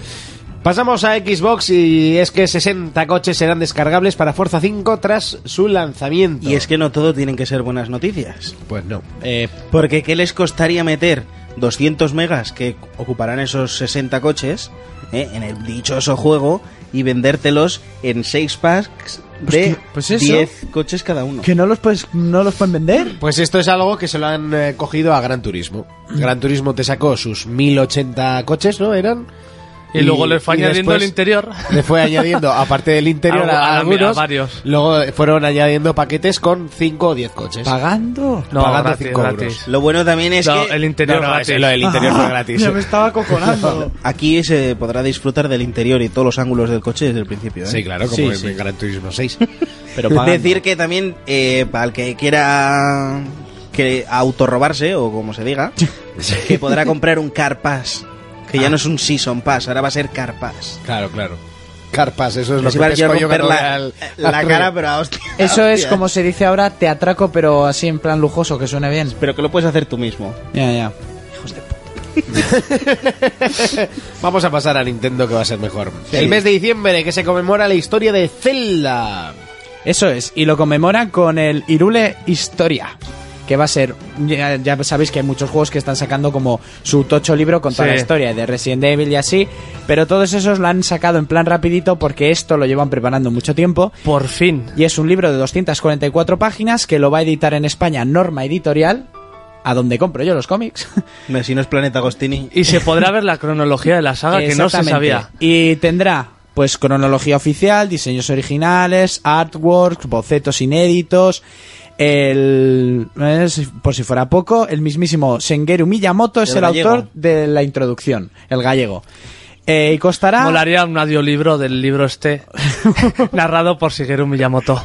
Pasamos a Xbox y es que 60 coches serán descargables para Forza 5 tras su lanzamiento. Y es que no todo tienen que ser buenas noticias. Pues no. Eh, Porque ¿qué les costaría meter 200 megas que ocuparán esos 60 coches eh, en el dichoso juego y vendértelos en 6 packs de Hostia, pues eso. 10 coches cada uno? ¿Que no los, puedes, no los pueden vender? Pues esto es algo que se lo han eh, cogido a Gran Turismo. Mm. Gran Turismo te sacó sus 1080 coches, ¿no? Eran. Y, luego le fue y añadiendo después el interior. Le fue añadiendo, aparte del interior, Algo- a, a- a algunos. varios. Luego eh, fueron añadiendo paquetes con 5 o 10 coches. ¿Pagando? No, Pagando gratis, cinco euros. gratis. Lo bueno también es No, que el interior no, no, gratis. Ah, ese lo del interior fue gratis. Ya me estaba cojonando. aquí se podrá disfrutar del interior y todos los ángulos del coche desde el principio. ¿eh? Sí, claro, como Sí, en, sí. en Gran Turismo 6. Pero Es pagando. decir, que también eh, para el que quiera que autorrobarse, o como se diga, que podrá comprar un Car Pass. Que Ah. ya no es un Season Pass, ahora va a ser Car Pass. claro, claro. Carpas, eso es lo Les que iba yo a pesco yo romper cuando la, voy al- la al cara, río. pero a hostia. Eso es hostia. como se dice ahora, te atraco, pero así en plan lujoso, que suene bien. Pero que lo puedes hacer tú mismo. Ya, ya. Vamos a pasar a Nintendo que va a ser mejor. El mes de diciembre que se conmemora la historia de Zelda. Eso es, y lo conmemoran con el Irule Historia. Que va a ser, ya, ya sabéis que hay muchos juegos que están sacando como su tocho libro con toda Sí. la historia de Resident Evil y así, pero todos esos lo han sacado en plan rapidito porque esto lo llevan preparando mucho tiempo Ah, Por fin. y es un libro de 244 páginas que lo va a editar en España Norma Editorial, a donde compro yo los cómics. Hombre, Si no es Planeta Agostini. Y se podrá ver la cronología de la saga Ah, que no se Exactamente. sabía. Y tendrá pues cronología oficial, diseños originales, artworks, bocetos inéditos, el eh, si- por si fuera poco, el mismísimo Sengeru Miyamoto es El el, gallego. autor de la introducción, el gallego. Eh, y costará Molaría un audiolibro del libro este, narrado por Shigeru Miyamoto.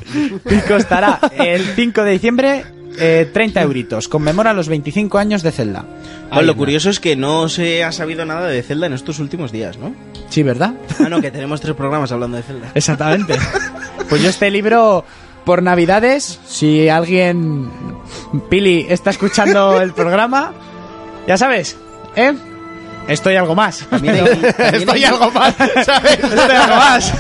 y costará el 5 de diciembre eh, 30 euritos. Conmemora los 25 años de Zelda. Bueno, Ah, lo Ahí, curioso es que no se ha sabido nada de Zelda en estos últimos días, ¿no? Sí, ¿verdad? Ah, no, que tenemos tres programas hablando de Zelda. Exactamente. Pues yo este libro por Navidades, si alguien Pili está escuchando el programa, ya sabes, ¿eh? Estoy algo más. También hay- también hay- más, ¿sabes? Estoy algo más.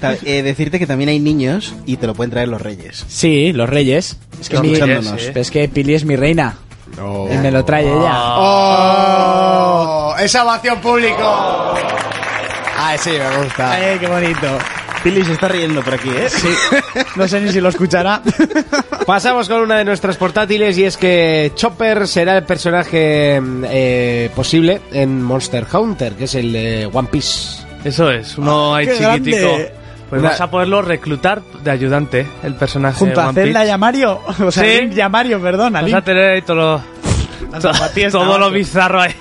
ta- eh, decirte que también hay niños y te lo pueden traer los reyes. Sí, los Reyes. Es que, Los mi- Reyes, sí. es que Pili es mi reina. Y me lo trae Ah. ella. ¡Oh! ¡Esa ovación público! Ah, sí, me gusta. Ay, qué bonito. Pili se está riendo por aquí, ¿eh? Sí. No sé ni si lo escuchará. Pasamos con una de nuestras portátiles y es que Chopper será el personaje eh, posible en Monster Hunter, que es el de One Piece. Eso es, uno ahí qué chiquitico. grande. Pues Una- vas a poderlo reclutar de ayudante, el personaje Junto de a One Zelda y Piece. a Mario. O sea, Sí. Link y a Mario, perdón. a Vas Link. a tener ahí todo lo, to- todo lo bizarro ahí.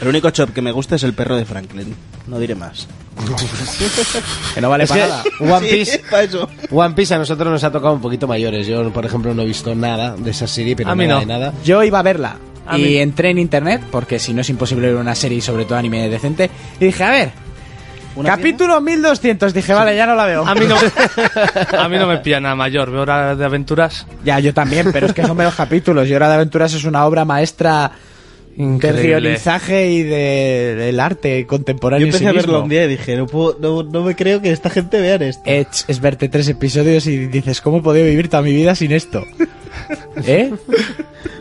El único chop que me gusta es el perro de Franklin. No diré más. Que no vale Es para que nada. One Sí, Piece, pa' eso. One Piece a nosotros nos ha tocado un poquito mayores. Yo, por ejemplo, no he visto nada de esa serie, pero A mí nada no. de nada. Yo iba a verla A y mí. entré en internet, porque si no es imposible ver una serie y sobre todo anime decente, y dije, a ver, ¿Una capítulo 1200, dije, vale, ya no la veo. A mí no, a mí no me pilla nada mayor, veo hora de aventuras. Ya, yo también, pero es que son menos capítulos. Y Hora de Aventuras es una obra maestra del Increíble. guionizaje y de- del arte Yo contemporáneo. en sí empecé a verlo mismo. un día y dije, no, puedo, no, no me creo que esta gente vea esto. Es, es verte tres episodios y dices, ¿cómo he podido vivir toda mi vida sin esto? ¿Eh?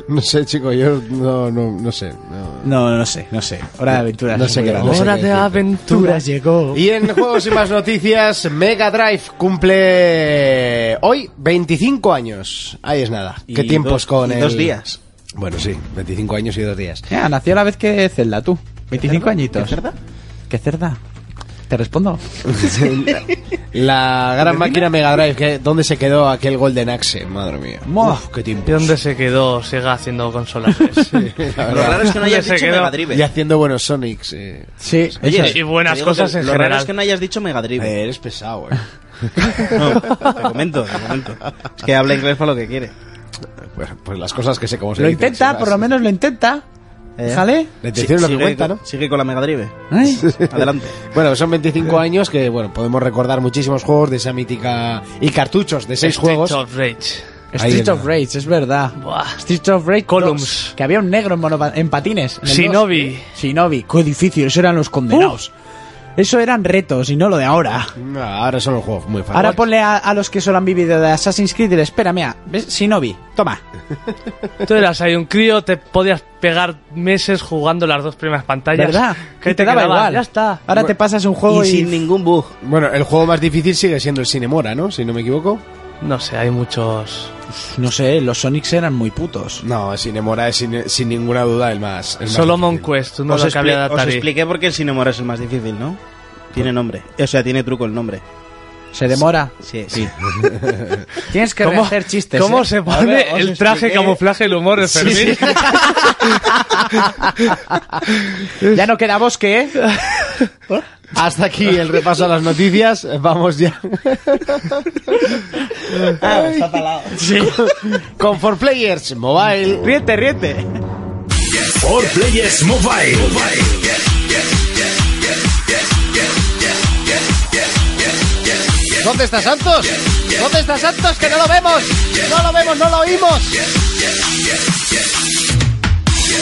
No sé, chico, yo no, no, no sé. no. No, no sé, no sé. Hora de Aventuras. No es sé muy qué era, grande. no sé Hora qué de decirte. Aventuras aventuras. llegó. Y en juegos y más noticias, Mega Drive cumple hoy 25 años. Ahí es nada. Y ¿Qué tiempos dos- con y el... dos días. Bueno, sí, 25 años y dos días. Ya, nació la vez que Zelda, tú. 25 añitos. ¿Es verdad? ¿Qué cerda? Te respondo. La gran máquina Mega Drive, que- ¿dónde se quedó aquel Golden Axe? Madre mía. Mo. Uf, qué ¿Y tiempo. dónde se quedó Sega haciendo consolas? Lo raro es que no hayas Se dicho quedó- Mega Drive. Y haciendo buenos Sonics. eh. Sí, Oye, y buenas te digo que cosas en lo raro general. es que no hayas dicho Mega Drive. Eh, eres pesado, eh. No, te comento, te comento. Eh, Es que habla inglés para lo que quiere. Pues, pues las cosas que sé cómo se lo dicen, intenta, sí, por lo vas. menos lo intenta. Eh. Déjale. La intención es lo que Sí, sigue cuenta, con- ¿no? Sigue con la Mega Drive. Ay. Adelante. Bueno, son 25 años que, bueno, podemos recordar muchísimos juegos de esa mítica... Y cartuchos de 6 juegos. Streets of Rage. Ahí Street está. of Rage, es verdad. Buah. Street of Rage Columns. 2, que había un negro en, monopa- en patines. en el Shinobi. 2. Shinobi. Qué difícil, eso eran los condenados. Eso eran retos y no lo de ahora. No, ahora son los juegos muy fáciles. Ahora ponle a, a los que solo han vivido de Assassin's Creed y le espera, mira, ¿ves? Shinobi, toma. Tú eras ahí un crío, te podías pegar meses jugando las dos primeras pantallas. ¿Verdad? Que Y te daba quedaba, igual. Ya está. Ahora te pasas un juego Y y, sin ningún bug. Bueno, el juego más difícil sigue siendo el Cinemora, ¿no? Si no me equivoco. No sé, hay muchos. No sé, los Sonics eran muy putos. No, el Cinemora es sin, sin ninguna duda el más. el más Solomon difícil. Quest, uno os, de los que había de expli- os Atari. expliqué por qué el Cinemora es el más difícil, ¿no? Tiene nombre. O sea, tiene truco el nombre. Se demora. Sí, sí. Tienes que ¿Cómo, hacer chistes. cómo ¿eh? se pone Ahora os el traje, expliqué. camuflaje, el humor de Fermín? Ya no queda bosque, ¿eh? Hasta aquí el repaso a las noticias. Vamos ya. Con 4Players Mobile. Riete, riete. For Players Mobile. ¿Dónde está Santos? ¿Dónde está Santos? Que no lo vemos. No lo vemos, no lo oímos.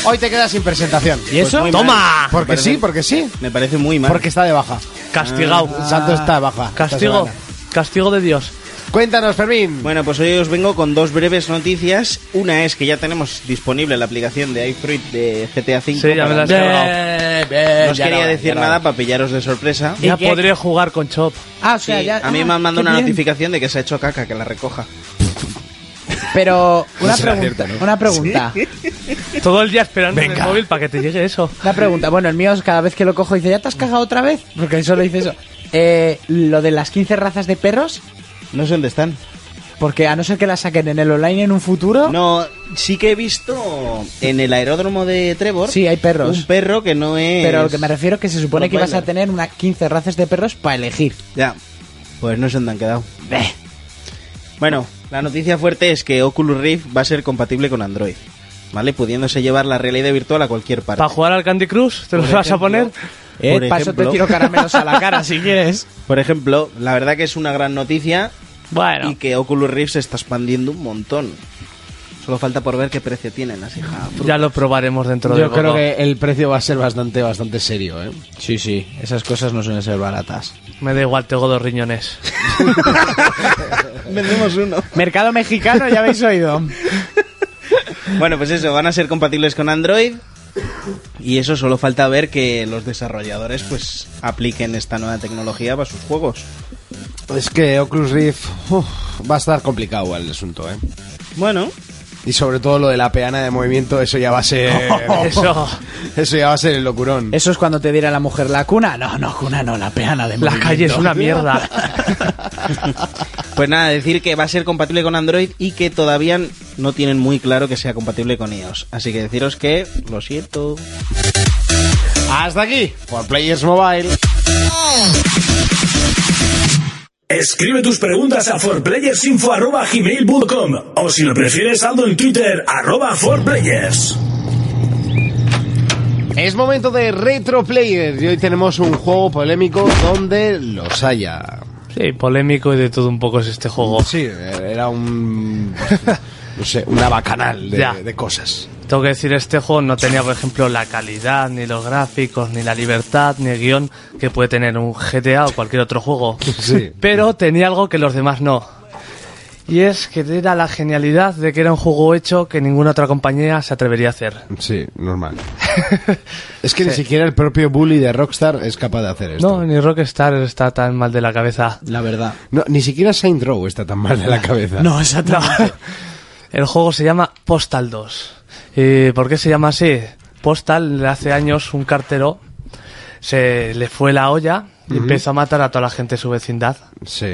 Hoy te quedas sin presentación. ¿Y eso? Pues muy Toma. mal. Porque Parece- sí, porque sí. Me parece muy mal. Porque está de baja. Mm, Castigado. Ah, Santos está de baja. esta Castigo. semana. Castigo de Dios. Cuéntanos, Fermín. Bueno, pues hoy os vengo con dos breves noticias. Una es que ya tenemos disponible la aplicación de iFruit de GTA V. Sí, ya me la has cargado. Eh, No os quería decir nada para pillaros de sorpresa. Ya qué? podría jugar con Chop. Ah, o sea, Sí, ya. a mí me han mandado qué una bien. notificación de que se ha hecho caca, que la recoja. Pero una será pregunta, cierto, ¿no? una pregunta, Todo el día esperando en Venga. el móvil para que te llegue eso. una pregunta. Bueno, el mío es cada vez que lo cojo dice, ¿ya te has cagado otra vez? Porque solo dice eso. Eh, lo de las 15 razas de perros, No sé dónde están. porque a no ser que las saquen en el online en un futuro... No, sí que he visto en el aeródromo de Trevor. Sí, hay perros. Un perro que no es. Pero lo que me refiero es que se supone que ibas a Rottweiler. tener unas 15 razas de perros para elegir. Ya. Pues no sé dónde han quedado. Bueno, la noticia fuerte es que Oculus Rift va a ser compatible con Android. ¿Vale? Pudiéndose llevar la realidad virtual a cualquier parte. Para jugar al Candy Crush, ¿te los Por vas a poner? ejemplo, Eh, por paso te ejemplo- tiro caramelos a la cara si quieres. Por ejemplo, la verdad que es una gran noticia Bueno. y que Oculus Rift se está expandiendo un montón. Solo falta por ver qué precio tienen las hijas. Ya lo probaremos dentro de Yo creo poco. que el precio va a ser bastante, bastante serio, ¿eh? Sí, sí, esas cosas no suelen ser baratas. Me da igual, tengo dos riñones. Vendemos uno. Mercado mexicano, ya habéis oído. Bueno, pues eso, van a ser compatibles con Android. Y eso solo falta ver que los desarrolladores pues apliquen esta nueva tecnología para sus juegos. Es que Oculus Rift uf, va a estar complicado el asunto, ¿eh? Bueno, Y sobre todo lo de la peana de movimiento, eso ya va a ser... Oh, Eso. Eso ya va a ser el locurón. Eso es cuando te diera la mujer la cuna. No, no, cuna no, la peana de La movimiento. calle es una mierda. pues nada, decir que va a ser compatible con Android y que todavía no tienen muy claro que sea compatible con iOS. Así que deciros que lo siento. Hasta aquí, por Players Mobile. Escribe tus preguntas a forplayersinfo.gmail.com o si lo prefieres, saldo en Twitter, arroba forplayers. Es momento de Retro Players y hoy tenemos un juego polémico donde los haya. Sí, polémico y de todo un poco es este juego. Sí, Eh, era un... No sé, una bacanal Ya. de, de cosas. Tengo que decir, este juego no tenía, por ejemplo, la calidad, ni los gráficos, ni la libertad, ni el guión que puede tener un GTA o cualquier otro juego. Sí. Pero tenía algo que los demás no. Y es que era la genialidad de que era un juego hecho que ninguna otra compañía se atrevería a hacer. Sí, normal. es que ni siquiera el propio bully de Rockstar es capaz de hacer esto. No, ni Rockstar está tan mal de la cabeza. La verdad. No, ni siquiera Saint Row está tan mal de la cabeza. No, exactamente. El juego se llama Postal 2. ¿Y por qué se llama así? Postal, hace años, un cartero se le fue la olla y empezó a matar a toda la gente de su vecindad. Sí.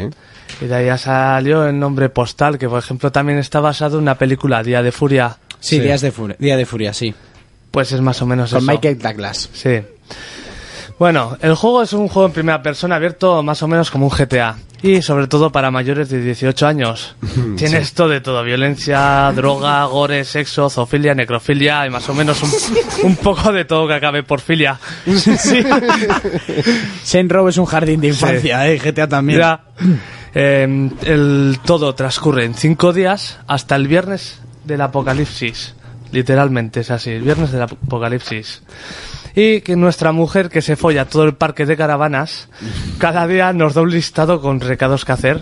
Y de ahí ya salió el nombre Postal, que por ejemplo también está basado en una película, Día de Furia. Sí, Sí. Días de furia, Día de Furia, sí. Pues es más o menos Con eso. Michael Douglas. Sí. Bueno, el juego es un juego en primera persona abierto más o menos como un GTA. Y sobre todo para mayores de 18 años. Tiene esto de todo, violencia, droga, gore, sexo, zoofilia, necrofilia y más o menos un, un poco de todo que acabe por filia. Sí. Senro es un jardín de infancia, eh, GTA también. Ya. Eh, el todo transcurre en cinco días hasta el viernes del apocalipsis. Literalmente es así, el viernes del ap- apocalipsis. Y que nuestra mujer que se folla todo el parque de caravanas, cada día nos da un listado con recados que hacer.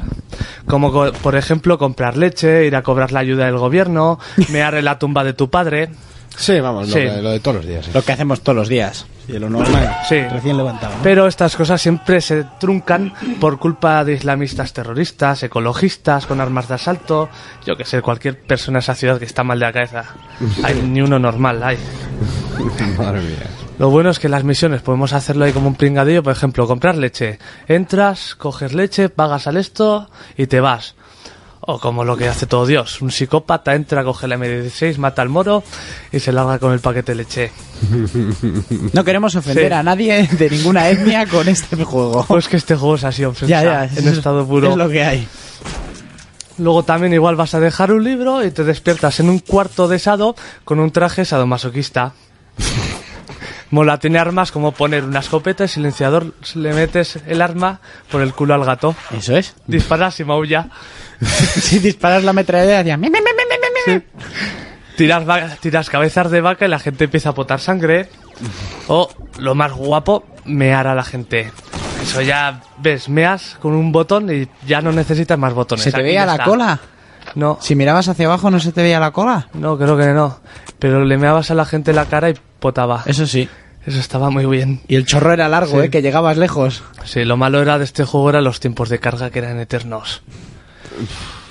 Como co- por ejemplo comprar leche, ir a cobrar la ayuda del gobierno, mear en la tumba de tu padre. Sí, vamos, lo, Sí. de- lo de todos los días. ¿eh? sí. Lo que hacemos todos los días. Y lo normal. Sí. Recién levantado. Pero estas cosas siempre se truncan por culpa de islamistas terroristas, ecologistas con armas de asalto, yo que sé, cualquier persona en esa ciudad que está mal de la cabeza. Hay ni uno normal, hay. Madre mía. Lo bueno es que las misiones podemos hacerlo ahí como un pringadillo, por ejemplo, comprar leche. Entras, coges leche, pagas al esto y te vas. O como lo que hace todo Dios, un psicópata entra, coge la M16, mata al moro y se larga con el paquete de leche. No queremos ofender Sí. a nadie de ninguna etnia con este juego. Pues que este juego es así, ofensa, en estado puro. Es lo que hay. Luego también igual vas a dejar un libro y te despiertas en un cuarto de sado con un traje sadomasoquista. Mola, tiene armas como poner una escopeta y silenciador, le metes el arma por el culo al gato, Eso es. disparas y maulla, si disparas la metralla, hacia me, me, me, me, me, me. tiras, va- tiras cabezas de vaca y la gente empieza a potar sangre, o lo más guapo, mear a la gente. Eso ya ves, meas con un botón y ya no necesitas más botones. ¿Se te Aquí veía ya la está. cola? No, Si mirabas hacia abajo, ¿no se te veía la cola? no, creo que no. Pero le meabas a la gente la cara y potaba. Eso sí. Eso estaba muy bien. Y el chorro era largo, Sí. ¿eh? Que llegabas lejos. Sí, lo malo era de este juego era los tiempos de carga que eran eternos.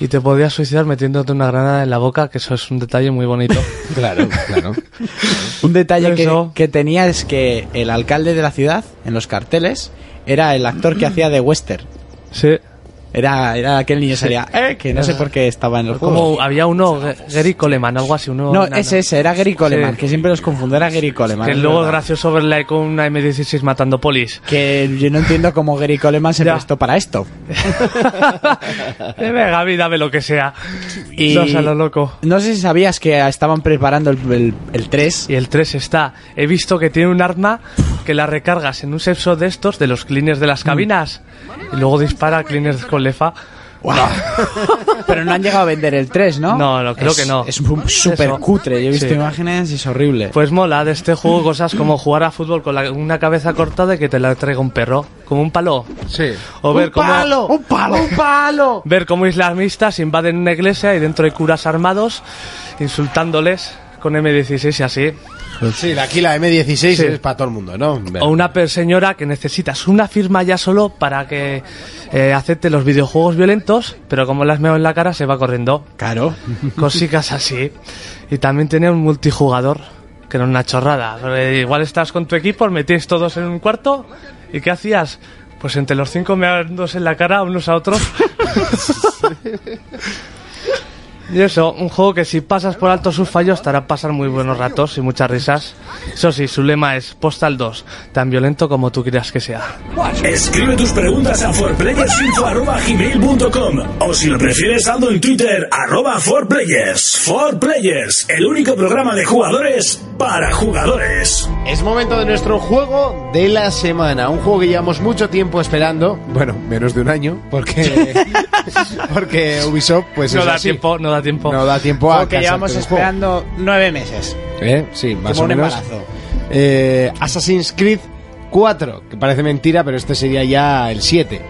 Y te podías suicidar metiéndote una granada en la boca, que eso es un detalle muy bonito. Claro, claro. Un detalle que, Eso. que tenía es que el alcalde de la ciudad, en los carteles, era el actor que hacía de Wester. Sí. Era, era aquel niño sería, eh, que no sé por qué estaba en el juego. Como había uno, Ge- Gary Coleman, algo así, uno... No, enano. ese, ese, era Gary Coleman, Sí. que siempre los confundía, era Gary Coleman. Que es luego es verdad. gracioso verle con una M16 matando polis. Que yo no entiendo cómo Gary Coleman se Ya. prestó para esto. Eh, Venga, a mí dame lo que sea. Y- No, o sea, lo loco. No sé si sabías que estaban preparando el, el, 3. Y el 3 está. He visto que tiene un arma que la recargas en un sexo de estos, de los cleaners de las cabinas. Y luego dispara cleaners con lefa. Pero no han llegado a vender el 3, ¿no? No, no, creo Es- que no. Es un súper Eso. cutre. Yo he visto Sí. imágenes y es horrible. Pues mola de este juego cosas como jugar a fútbol con la- una cabeza cortada y que te la traiga un perro, como un palo. Sí. O ver cómo ¡Un palo! ¡Un palo! ver cómo islamistas invaden una iglesia y dentro hay curas armados insultándoles con M16 y así. Pues Sí, aquí la M16 Sí. es para todo el mundo, ¿no? O una per- señora que necesitas una firma ya solo para que eh, acepte los videojuegos violentos, pero como las meo en la cara se va corriendo. Claro. Cositas así. Y también tenía un multijugador, que era una chorrada. Eh, Igual estás con tu equipo, os metíais todos en un cuarto, ¿y qué hacías? Pues entre los cinco meados en la cara unos a otros. y eso, un juego que si pasas por alto sus fallos te hará pasar muy buenos ratos y muchas risas. Eso sí, su lema es Postal 2, tan violento como tú creas que sea. Escribe tus preguntas a forplayersinfo@gmail.com o si lo prefieres saldo en Twitter arroba forplayers. Forplayers, el único programa de jugadores para jugadores. Es momento de nuestro juego de la semana. Un juego que llevamos mucho tiempo esperando. Bueno, menos de un año, porque, porque Ubisoft pues No es da así. tiempo, no da tiempo. No da tiempo a Porque casarte llevamos un esperando nueve meses. juego. ¿Eh? Sí, más Como o un menos. embarazo. Eh, Assassin's Creed 4, que parece mentira, pero este sería ya el 7.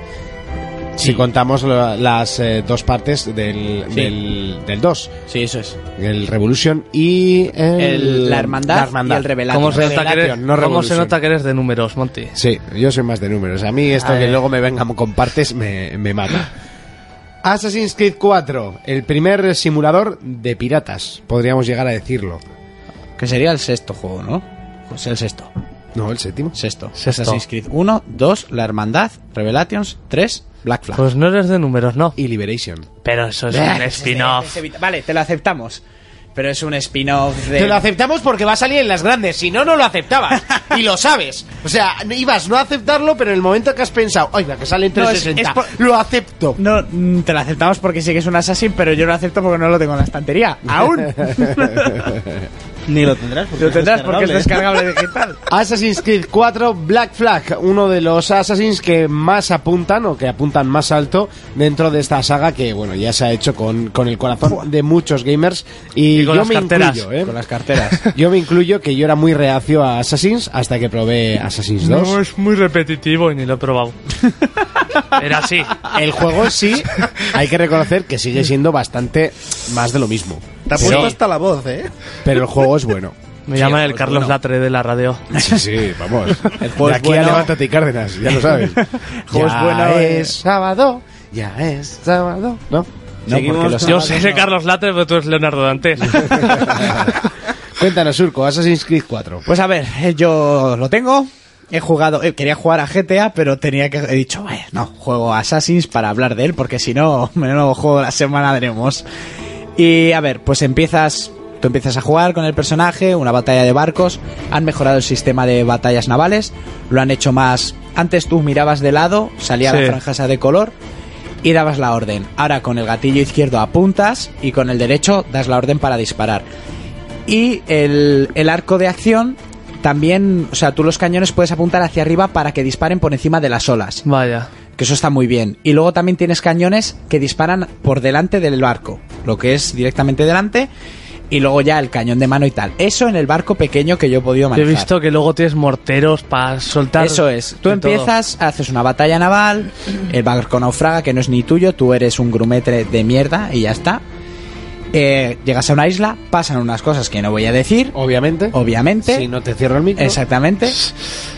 Si contamos la- las eh, dos partes del, Sí. del, del 2, Sí, eso es. el Revolution y el- El- la, hermandad la hermandad. y el revelado. ¿Cómo, se nota, que eres, Revelation, no cómo se Revolution. nota que eres de números, Monty? Sí, yo soy más de números. A mí esto A que ver. luego me vengan con partes me, me mata. Assassin's Creed 4, el primer simulador de piratas, podríamos llegar a decirlo. Que sería el sexto juego, ¿no? Pues el sexto. No, el séptimo. Sexto. Sexto. Assassin's Creed 1, 2, La Hermandad, Revelations, 3, Black Flag. Pues no eres de números, no. Y Liberation. Pero eso es Bah, un es- spin-off. es evita- Vale, te lo aceptamos. Pero es un spin-off de... Te lo aceptamos porque va a salir en las grandes, si no, no lo aceptabas. y lo sabes. O sea, ibas no a aceptarlo, pero en el momento que has pensado, oiga, que sale en No, es- 360, es lo acepto. No, mm, te lo aceptamos porque sí que es un Assassin, pero yo lo acepto porque no lo tengo en la estantería. Aún. Ni lo tendrás porque lo tendrás es porque es descargable. descargable digital. Assassin's Creed 4 Black Flag, uno de los Assassins que más apuntan o que apuntan más alto dentro de esta saga que, bueno, ya se ha hecho con, con el corazón de muchos gamers y, Y con yo las me carteras. incluyo, ¿eh? Con las carteras. Yo me incluyo que yo era muy reacio a Assassins hasta que probé Assassins 2. No, es muy repetitivo y ni lo he probado. Era así. El juego sí, hay que reconocer que sigue siendo bastante más de lo mismo. Te ha puesto hasta la voz, ¿eh? Pero el juego es bueno. Me llama pues el Carlos Latre de la radio. Sí, sí, vamos. El juego de es aquí a bueno. levántate y Cárdenas, ya lo sabes. juego es Ya bueno, eh. es sábado, ya es sábado, ¿no? No, porque los Yo sé de Carlos Latre, pero tú eres Leonardo Dantes. Cuéntanos, Surco, Assassin's Creed 4. Pues a ver, eh, yo lo tengo. He jugado, eh, quería jugar a GTA, pero tenía que, he dicho, "Vaya, no, juego a Assassin's para hablar de él, porque si no, menudo juego de la semana tenemos. Y a ver, pues empiezas, tú empiezas a jugar con el personaje, una batalla de barcos, han mejorado el sistema de batallas navales, lo han hecho más, antes tú mirabas de lado, salía Sí. la franja esa de color, y dabas la orden. Ahora con el gatillo izquierdo apuntas y con el derecho das la orden para disparar. Y el, el arco de acción también, o sea, tú los cañones puedes apuntar hacia arriba para que disparen por encima de las olas, Vaya. que eso está muy bien. Y luego también tienes cañones que disparan por delante del barco, lo que es directamente delante. y luego ya el cañón de mano y tal. Eso en el barco pequeño que yo he podido Yo he manejar. visto que luego tienes morteros para soltar. Eso es. Tú de todo. empiezas, haces una batalla naval, el barco naufraga, que no es ni tuyo, tú eres un grumetre de mierda y ya está. Eh, llegas a una isla, pasan unas cosas que no voy a decir, Obviamente. obviamente. Si no te cierro el micro. Exactamente.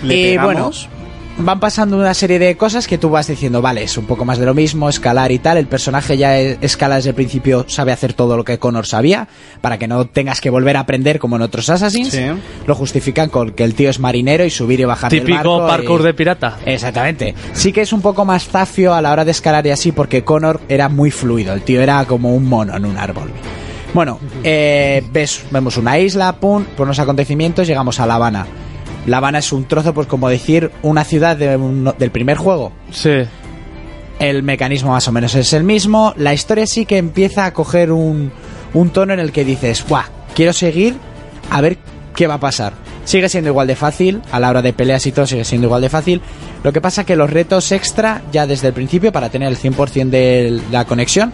Le y bueno, pegamos. van pasando una serie de cosas que tú vas diciendo, vale, es un poco más de lo mismo, escalar y tal. El personaje ya e- escala desde el principio, sabe hacer todo lo que Connor sabía, para que no tengas que volver a aprender como en otros Assassins. Sí. Lo justifican con que el tío es marinero y subir y bajar del Típico barco parkour y- de pirata. Exactamente. Sí que es un poco más zafio a la hora de escalar y así, porque Connor era muy fluido. El tío era como un mono en un árbol. Bueno, eh, ves, vemos una isla, pum, por unos acontecimientos, llegamos a La Habana. La Habana es un trozo, pues como decir, una ciudad de un- del primer juego. Sí. El mecanismo más o menos es el mismo. La historia sí que empieza a coger un, un tono en el que dices, ¡guau! Quiero seguir a ver qué va a pasar. Sigue siendo igual de fácil, a la hora de peleas y todo sigue siendo igual de fácil. Lo que pasa que los retos extra, ya desde el principio, para tener el 100% de la conexión,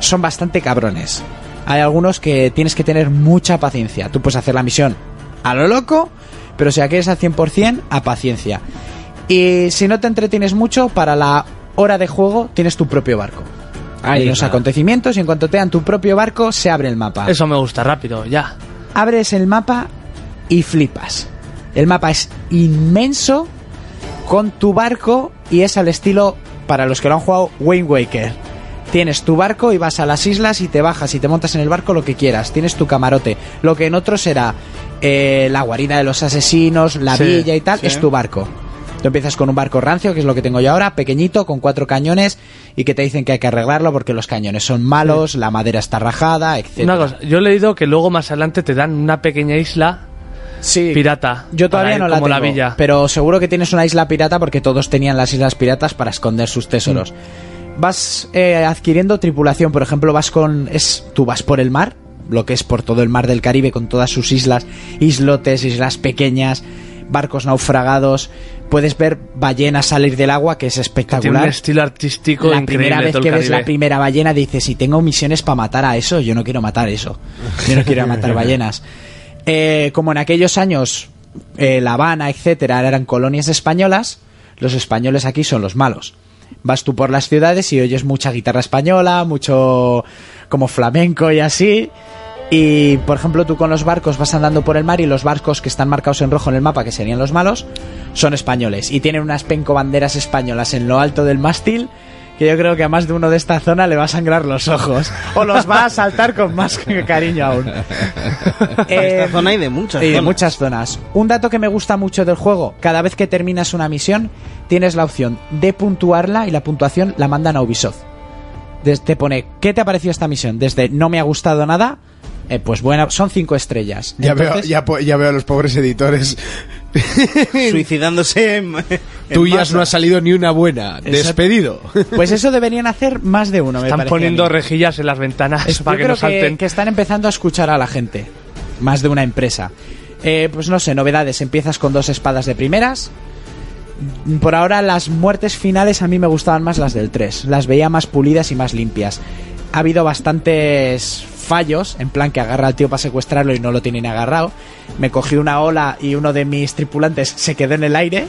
son bastante cabrones. Hay algunos que tienes que tener mucha paciencia. Tú puedes hacer la misión a lo loco, pero si la quieres al 100%, a paciencia. Y si no te entretienes mucho, para la hora de juego tienes tu propio barco. Hay unos acontecimientos y en cuanto te dan tu propio barco, se abre el mapa. Eso me gusta, rápido, ya. Abres el mapa y flipas. El mapa es inmenso con tu barco y es al estilo, para los que lo han jugado, Wayne Waker. Tienes tu barco y vas a las islas y te bajas y te montas en el barco lo que quieras. Tienes tu camarote. Lo que en otros será eh, la guarida de los asesinos, la Sí, villa y tal, sí. es tu barco. Tú empiezas con un barco rancio, que es lo que tengo yo ahora, pequeñito, con cuatro cañones y que te dicen que hay que arreglarlo porque los cañones son malos, la madera está rajada, etc. Una cosa, yo he leído que luego más adelante te dan una pequeña isla Sí. pirata. Yo para todavía ir no la como tengo, la villa. pero seguro que tienes una isla pirata porque todos tenían las islas piratas para esconder sus tesoros. Mm. Vas eh, adquiriendo tripulación, por ejemplo, vas con es tú vas por el mar, lo que es por todo el mar del Caribe con todas sus islas, islotes, islas pequeñas, barcos naufragados, puedes ver ballenas salir del agua que es Tiene un espectacular. estilo artístico La increíble. primera vez todo el que ves la Caribe. primera ballena dices, si tengo misiones para matar a eso, yo no quiero matar eso. Yo no quiero matar ballenas. Eh, como en aquellos años, eh, La Habana, etcétera, eran colonias españolas, los españoles aquí son los malos. Vas tú por las ciudades y oyes mucha guitarra española, mucho como flamenco y así. Y, por ejemplo, tú con los barcos vas andando por el mar y los barcos que están marcados en rojo en el mapa, que serían los malos, son españoles. Y tienen unas penco banderas españolas en lo alto del mástil, que yo creo que a más de uno de esta zona le va a sangrar los ojos. O los va a saltar con más cariño aún. En Eh, esta zona hay de muchas. y de zonas. muchas zonas. Un dato que me gusta mucho del juego, cada vez que terminas una misión, tienes la opción de puntuarla y la puntuación la mandan a Ubisoft. Des- te pone, ¿qué te ha parecido esta misión? Desde no me ha gustado nada, eh, pues bueno, son cinco estrellas. Ya, veo, Entonces, ya, po- ya veo a los pobres editores. Suicidándose. en- en Tuyas masa. no ha salido ni una buena. Despedido. Pues eso deberían hacer más de uno. me Están parece a mí. poniendo rejillas en las ventanas Es- para yo que creo no salten. Que, están empezando a escuchar a la gente. Más de una empresa. Eh, pues no sé, novedades. Empiezas con dos espadas de primeras. Por ahora las muertes finales a mí me gustaban más las del 3. Las veía más pulidas y más limpias. Ha habido bastantes fallos, en plan que agarra al tío para secuestrarlo y no lo tienen agarrado. Me cogí una ola y uno de mis tripulantes se quedó en el aire,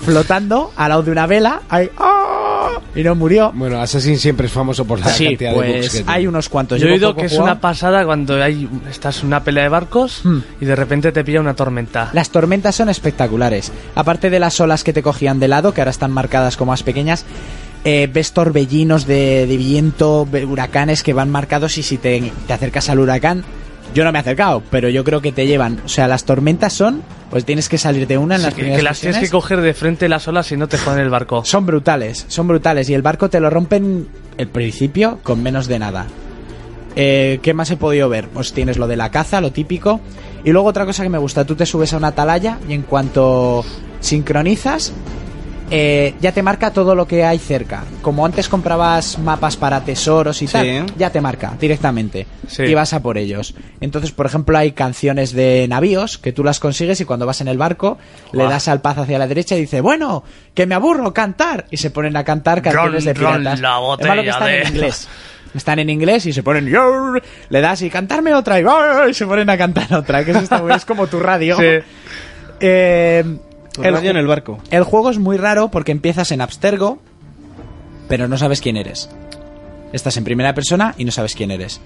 flotando al lado de una vela. Ahí, ¡ah! Y no murió. Bueno, Assassin siempre es famoso por la Sí, cantidad de bugs que pues tiene. hay unos cuantos. Yo he Llevo oído poco que es jugado. una pasada cuando hay estás en una pelea de barcos Hmm. y de repente te pilla una tormenta. Las tormentas son espectaculares. Aparte de las olas que te cogían de lado, que ahora están marcadas como más pequeñas, eh, ves torbellinos de, de viento, ve- huracanes que van marcados y si te, te acercas al huracán, yo no me he acercado, pero yo creo que te llevan. O sea, las tormentas son, pues tienes que salir de una en Sí, las que, primeras que las tienes que misiones. coger de frente las olas y no te joden el barco. Son brutales, son brutales. Y el barco te lo rompen el principio con menos de nada. Eh, ¿Qué más he podido ver? Pues tienes lo de la caza, lo típico. Y luego otra cosa que me gusta, tú te subes a una atalaya y en cuanto sincronizas, eh, ya te marca todo lo que hay cerca. Como antes comprabas mapas para tesoros y Sí. tal, ya te marca directamente. Sí. Y vas a por ellos. Entonces, por ejemplo, hay canciones de navíos que tú las consigues y cuando vas en el barco le Guau. das al paz hacia la derecha y dice, bueno, que me aburro cantar. Y se ponen a cantar canciones Ron, de ron, piratas. la Es malo que botella están de- en inglés. están en inglés y se ponen "Yor", le das y cantarme otra y, "Yor", y se ponen a cantar otra, que es esta es como tu radio. Sí. Eh, Tu el radio en ju- el barco. el juego es muy raro porque empiezas en abstergo, pero no sabes quién eres. Estás en primera persona y no sabes quién eres.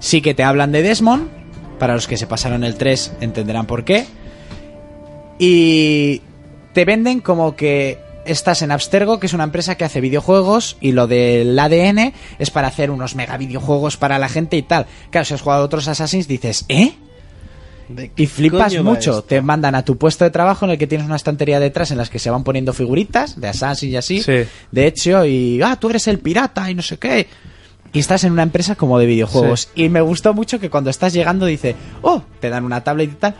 Sí que te hablan de Desmond, para los que se pasaron el 3 entenderán por qué. Y te venden como que estás en Abstergo, que es una empresa que hace videojuegos y lo del ADN es para hacer unos mega videojuegos para la gente y tal. Claro, si has jugado a otros Assassins dices, ¿eh? Y flipas coño va mucho. esto? Te mandan a tu puesto de trabajo en el que tienes una estantería detrás en las que se van poniendo figuritas de Assassin y así. Sí. De hecho, y ah, tú eres el pirata y no sé qué. Y estás en una empresa como de videojuegos. Y me gustó mucho que cuando estás llegando dice, oh, te dan una tablet y tal.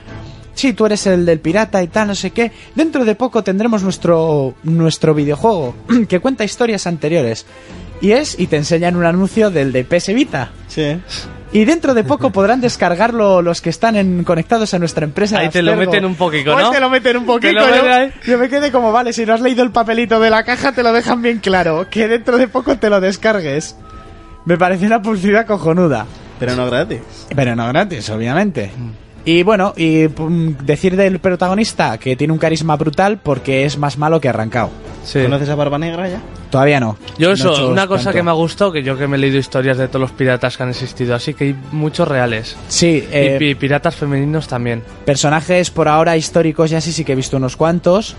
Sí, tú eres el del pirata y tal, no sé qué. Dentro de poco tendremos nuestro, nuestro videojuego que cuenta historias anteriores. Y es, y te enseñan un anuncio del de PS Vita. Sí. Y dentro de poco podrán descargarlo los que están en- conectados a nuestra empresa. Ahí te lo Abstergo. meten un poquito, Pues ¿no? te lo meten un Te poquito, lo meten ¿no? ahí. Yo me quedé como, vale, si no has leído el papelito de la caja, te lo dejan bien claro. Que dentro de poco te lo descargues. Me pareció una publicidad cojonuda. Pero no gratis. Mm. Pero no gratis, obviamente. Y bueno, y pum, decir del protagonista que tiene un carisma brutal porque es más malo que arrancado. Sí. ¿Conoces a Barba Negra ya? Todavía no. Yo No eso, he hecho una cosa tanto. que me ha gustado, que yo que me he leído historias de todos los piratas que han existido, así que hay muchos reales. Sí, Y eh, pi- piratas femeninos también. Personajes por ahora históricos y así sí que he visto unos cuantos.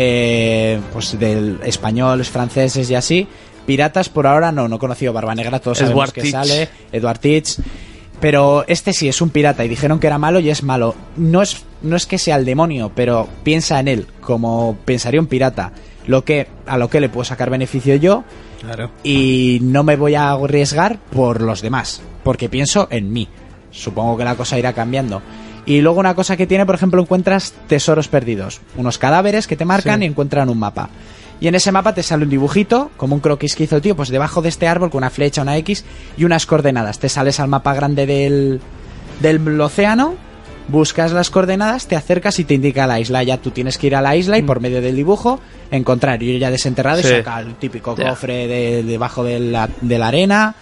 eh, pues del españoles, franceses y así. Piratas por ahora no, no he conocido Barba Negra, todos sabemos Edward que Teach. sale. Edward Teach. Pero este sí es un pirata y dijeron que era malo y es malo. No es, no es que sea el demonio, pero piensa en él como pensaría un pirata. Lo que, a lo que le puedo sacar beneficio yo Claro. y no me voy a arriesgar por los demás, porque pienso en mí. Supongo que la cosa irá cambiando. Y luego una cosa que tiene, por ejemplo, encuentras tesoros perdidos, unos cadáveres que te marcan Sí. y encuentran un mapa. Y en ese mapa te sale un dibujito, como un croquis que hizo el tío, pues debajo de este árbol con una flecha, una X y unas coordenadas. Te sales al mapa grande del, del océano, buscas las coordenadas, te acercas y te indica la isla. Ya tú tienes que ir a la isla y por medio del dibujo encontrar. Y ya desenterrado Mm. Sí. y saca el típico Ya. cofre de- debajo de la, de la arena.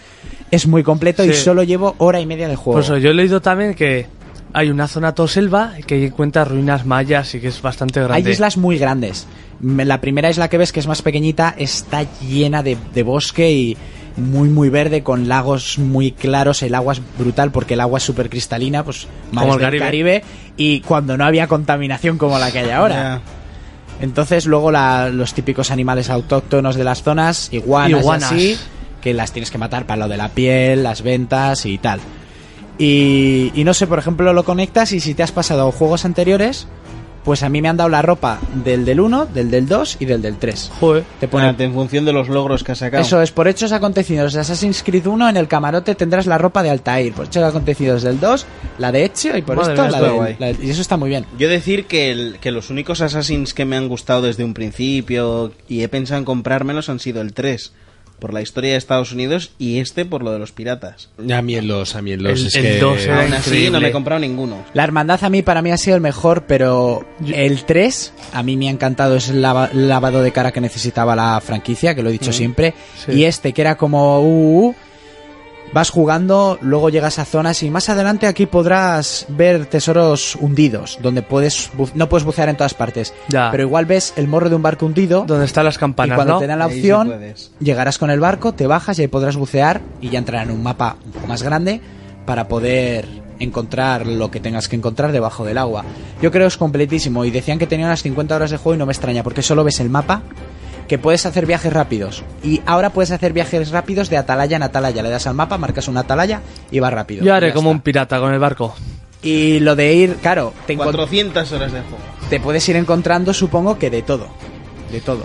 Es muy completo y Sí. Pues solo llevo hora y media de juego. Por eso, yo he leído también que hay una zona todo selva que encuentra ruinas mayas y que es bastante grande. Hay islas muy grandes. Me- La primera isla que ves, que es más pequeñita, está llena de, de bosque y muy, muy verde, con lagos muy claros. El agua es brutal porque el agua es súper cristalina, pues más Como el del Caribe. Y cuando no había contaminación como la que hay ahora. Entonces, luego la- los típicos animales autóctonos de las zonas, iguanas, y Iguanas. así, que las tienes que matar para lo de la piel, las ventas y tal. Y, y no sé, por ejemplo, lo conectas y si te has pasado a juegos anteriores, pues a mí me han dado la ropa del del 1, del del 2 y del del 3. Joder. Te ponen, en función de los logros que has sacado. eso es, por hechos acontecidos de Assassin's Creed 1, en el camarote tendrás la ropa de Altair. Por hechos acontecidos del 2, la de Ezio y por Madre esto mía, la está del- guay. la del- Y eso está muy bien. Yo decir que, el- que los únicos Assassins que me han gustado desde un principio y he pensado en comprármelos han sido el 3, por la historia de Estados Unidos, y este por lo de los piratas. A mí en los, a mí en los. El- es el que- dos era Aún así, increíble. no me he comprado ninguno. La hermandad a mí para mí ha sido el mejor, pero el 3 a mí me ha encantado. Es el lava- lavado de cara que necesitaba la franquicia, que lo he dicho siempre. Mm. Sí. Y este que era como... uh, uh, vas jugando, luego llegas a zonas y más adelante aquí podrás ver tesoros hundidos, donde puedes bu- no puedes bucear en todas partes. Ya. Pero igual ves el morro de un barco hundido Donde están las y campanas, cuando ¿no? te dan la Ahí sí opción, puedes. llegarás con el barco, te bajas y ahí podrás bucear y ya entrará en un mapa un poco más grande para poder encontrar lo que tengas que encontrar debajo del agua. Yo creo que es completísimo y decían que tenía unas 50 horas de juego y no me extraña porque solo ves el mapa, que puedes hacer viajes rápidos y ahora puedes hacer viajes rápidos de atalaya en atalaya. Le das al mapa, marcas una atalaya y vas rápido. Yo haré Y ya como está. un pirata con el barco. Y lo de ir, claro, te, encont- 400 horas de juego. te puedes ir encontrando supongo que de todo. De todo.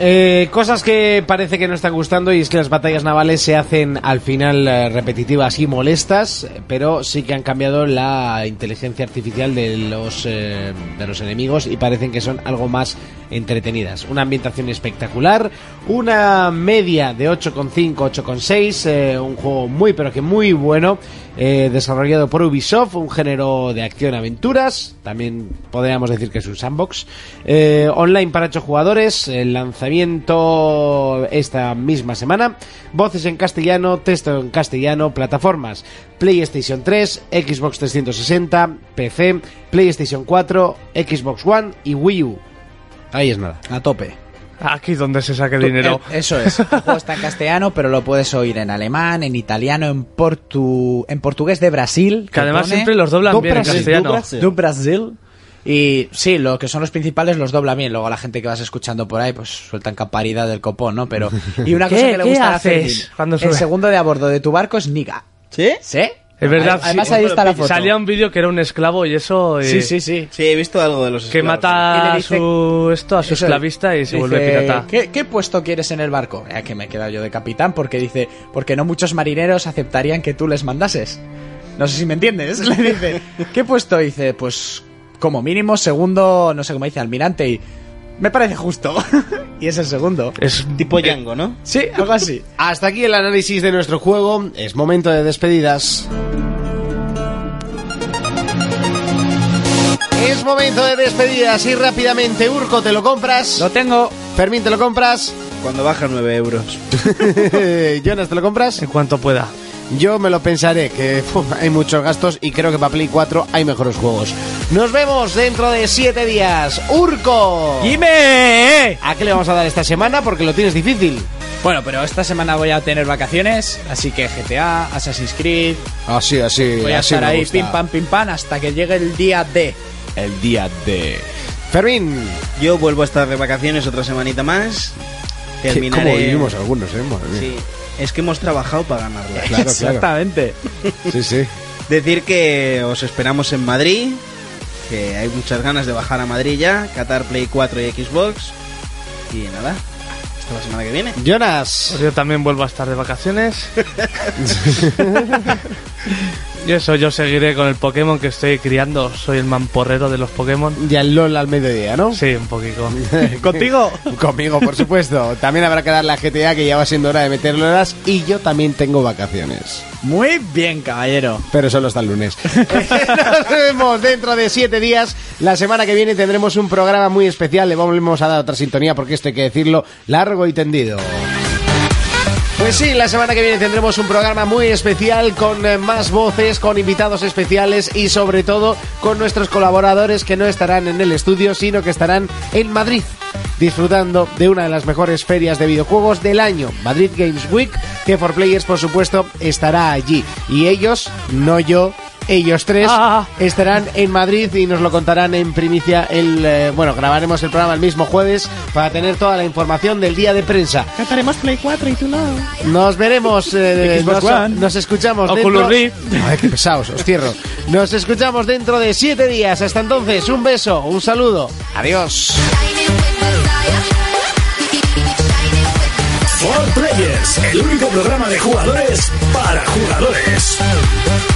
Eh, cosas que parece que no están gustando y es que las batallas navales se hacen al final eh, repetitivas y molestas, eh, pero sí que han cambiado la inteligencia artificial de los, eh, de los enemigos y parecen que son algo más entretenidas. Una ambientación espectacular, una media de 8,5, 8,6, eh, un juego muy pero que muy bueno eh, desarrollado por Ubisoft, un género de acción-aventuras, también podríamos decir que es un sandbox, eh, online para ocho jugadores, el lanzamiento esta misma semana, voces en castellano, texto en castellano, plataformas PlayStation 3, Xbox 360, PC, PlayStation 4, Xbox One y Wii U. Ahí es nada. A tope. Aquí donde se saque el dinero. Eh, Eso es. El juego está en castellano, pero lo puedes oír en alemán, en italiano, en portu... en portugués de Brasil. Que además siempre los doblan Do bien en Brasil, castellano. Do Brasil. Do Brasil. Y sí, lo que son los principales los dobla bien. Luego la gente que vas escuchando por ahí, pues sueltan caparidad del copón, ¿no? Pero. Y una cosa ¿Qué- que le qué gusta a haces Fermín, cuando El sube? segundo de a bordo de tu barco es Niga. ¿Sí? ¿Sí? Es verdad, Además, sí. ahí está la foto. Salía un vídeo que era un esclavo y eso. eh, Sí, sí, sí. Sí, he visto algo de los Que esclavos. mata Y a le dice- su, esto, a Eso su es. esclavista y se Dice, vuelve pirata. ¿qué, qué puesto quieres en el barco? Ya que me he quedado yo de capitán porque dice, porque no muchos marineros aceptarían que tú les mandases. No sé si me entiendes. Le dice, ¿qué puesto? Y dice, pues como mínimo segundo, no sé cómo dice, almirante y me parece justo. y es el segundo. Es Tipo Django, ¿no? Sí, algo así. Hasta aquí el análisis de nuestro juego. Es momento de despedidas. Es momento de despedidas y rápidamente, Urco, ¿te lo compras? Lo tengo. Fermín, ¿te lo compras? Cuando baja 9 euros. Jonas, ¿te lo compras? en cuanto pueda. Yo me lo pensaré, que puf, hay muchos gastos y creo que para Play 4 hay mejores juegos. Nos vemos dentro de 7 días. Urco. ¡Dime! ¿A qué le vamos a dar esta semana? Porque lo tienes difícil. Bueno, pero esta semana voy a tener vacaciones, así que GTA, Assassin's Creed, Así, así. voy a así estar me ahí gusta. pim pam pim pam hasta que llegue el día D. El día de. Fermín, Yo vuelvo a estar de vacaciones otra semanita más. Como Terminaré. vivimos algunos, eh? Madre mía. Sí. Es que hemos trabajado para ganarla. Claro, claro. Exactamente. Sí, sí. Decir que os esperamos en Madrid, que hay muchas ganas de bajar a Madrid ya, Qatar Play 4 y Xbox. Y nada, hasta la semana que viene. Jonas. Pues yo también vuelvo a estar de vacaciones. y eso, yo seguiré con el Pokémon que estoy criando. Soy el mamporrero de los Pokémon. Y al LOL al mediodía, ¿no? Sí, un poquito. ¿Contigo? Conmigo, por supuesto. También habrá que dar la GTA, que ya va siendo hora de meterle horas. Y yo también tengo vacaciones. Muy bien, caballero. Pero solo hasta el lunes. Nos vemos dentro de siete días. La semana que viene tendremos un programa muy especial. Le vamos a dar otra sintonía porque esto hay que decirlo largo y tendido. Pues sí, la semana que viene tendremos un programa muy especial con eh, más voces, con invitados especiales y sobre todo con nuestros colaboradores que no estarán en el estudio, sino que estarán en Madrid disfrutando de una de las mejores ferias de videojuegos del año, Madrid Games Week, que For Players por supuesto estará allí. Y ellos, no yo, ellos tres Ah. estarán en Madrid y nos lo contarán en primicia el eh, bueno, grabaremos el programa el mismo jueves para tener toda la información del día de prensa. Nos veremos, eh, Xbox nos, One. nos escuchamos Oculus dentro... Rift. Ay, qué pesados, os cierro. Nos escuchamos dentro de siete días. Hasta entonces, un beso, un saludo. Adiós. For Players, el único programa de jugadores para jugadores.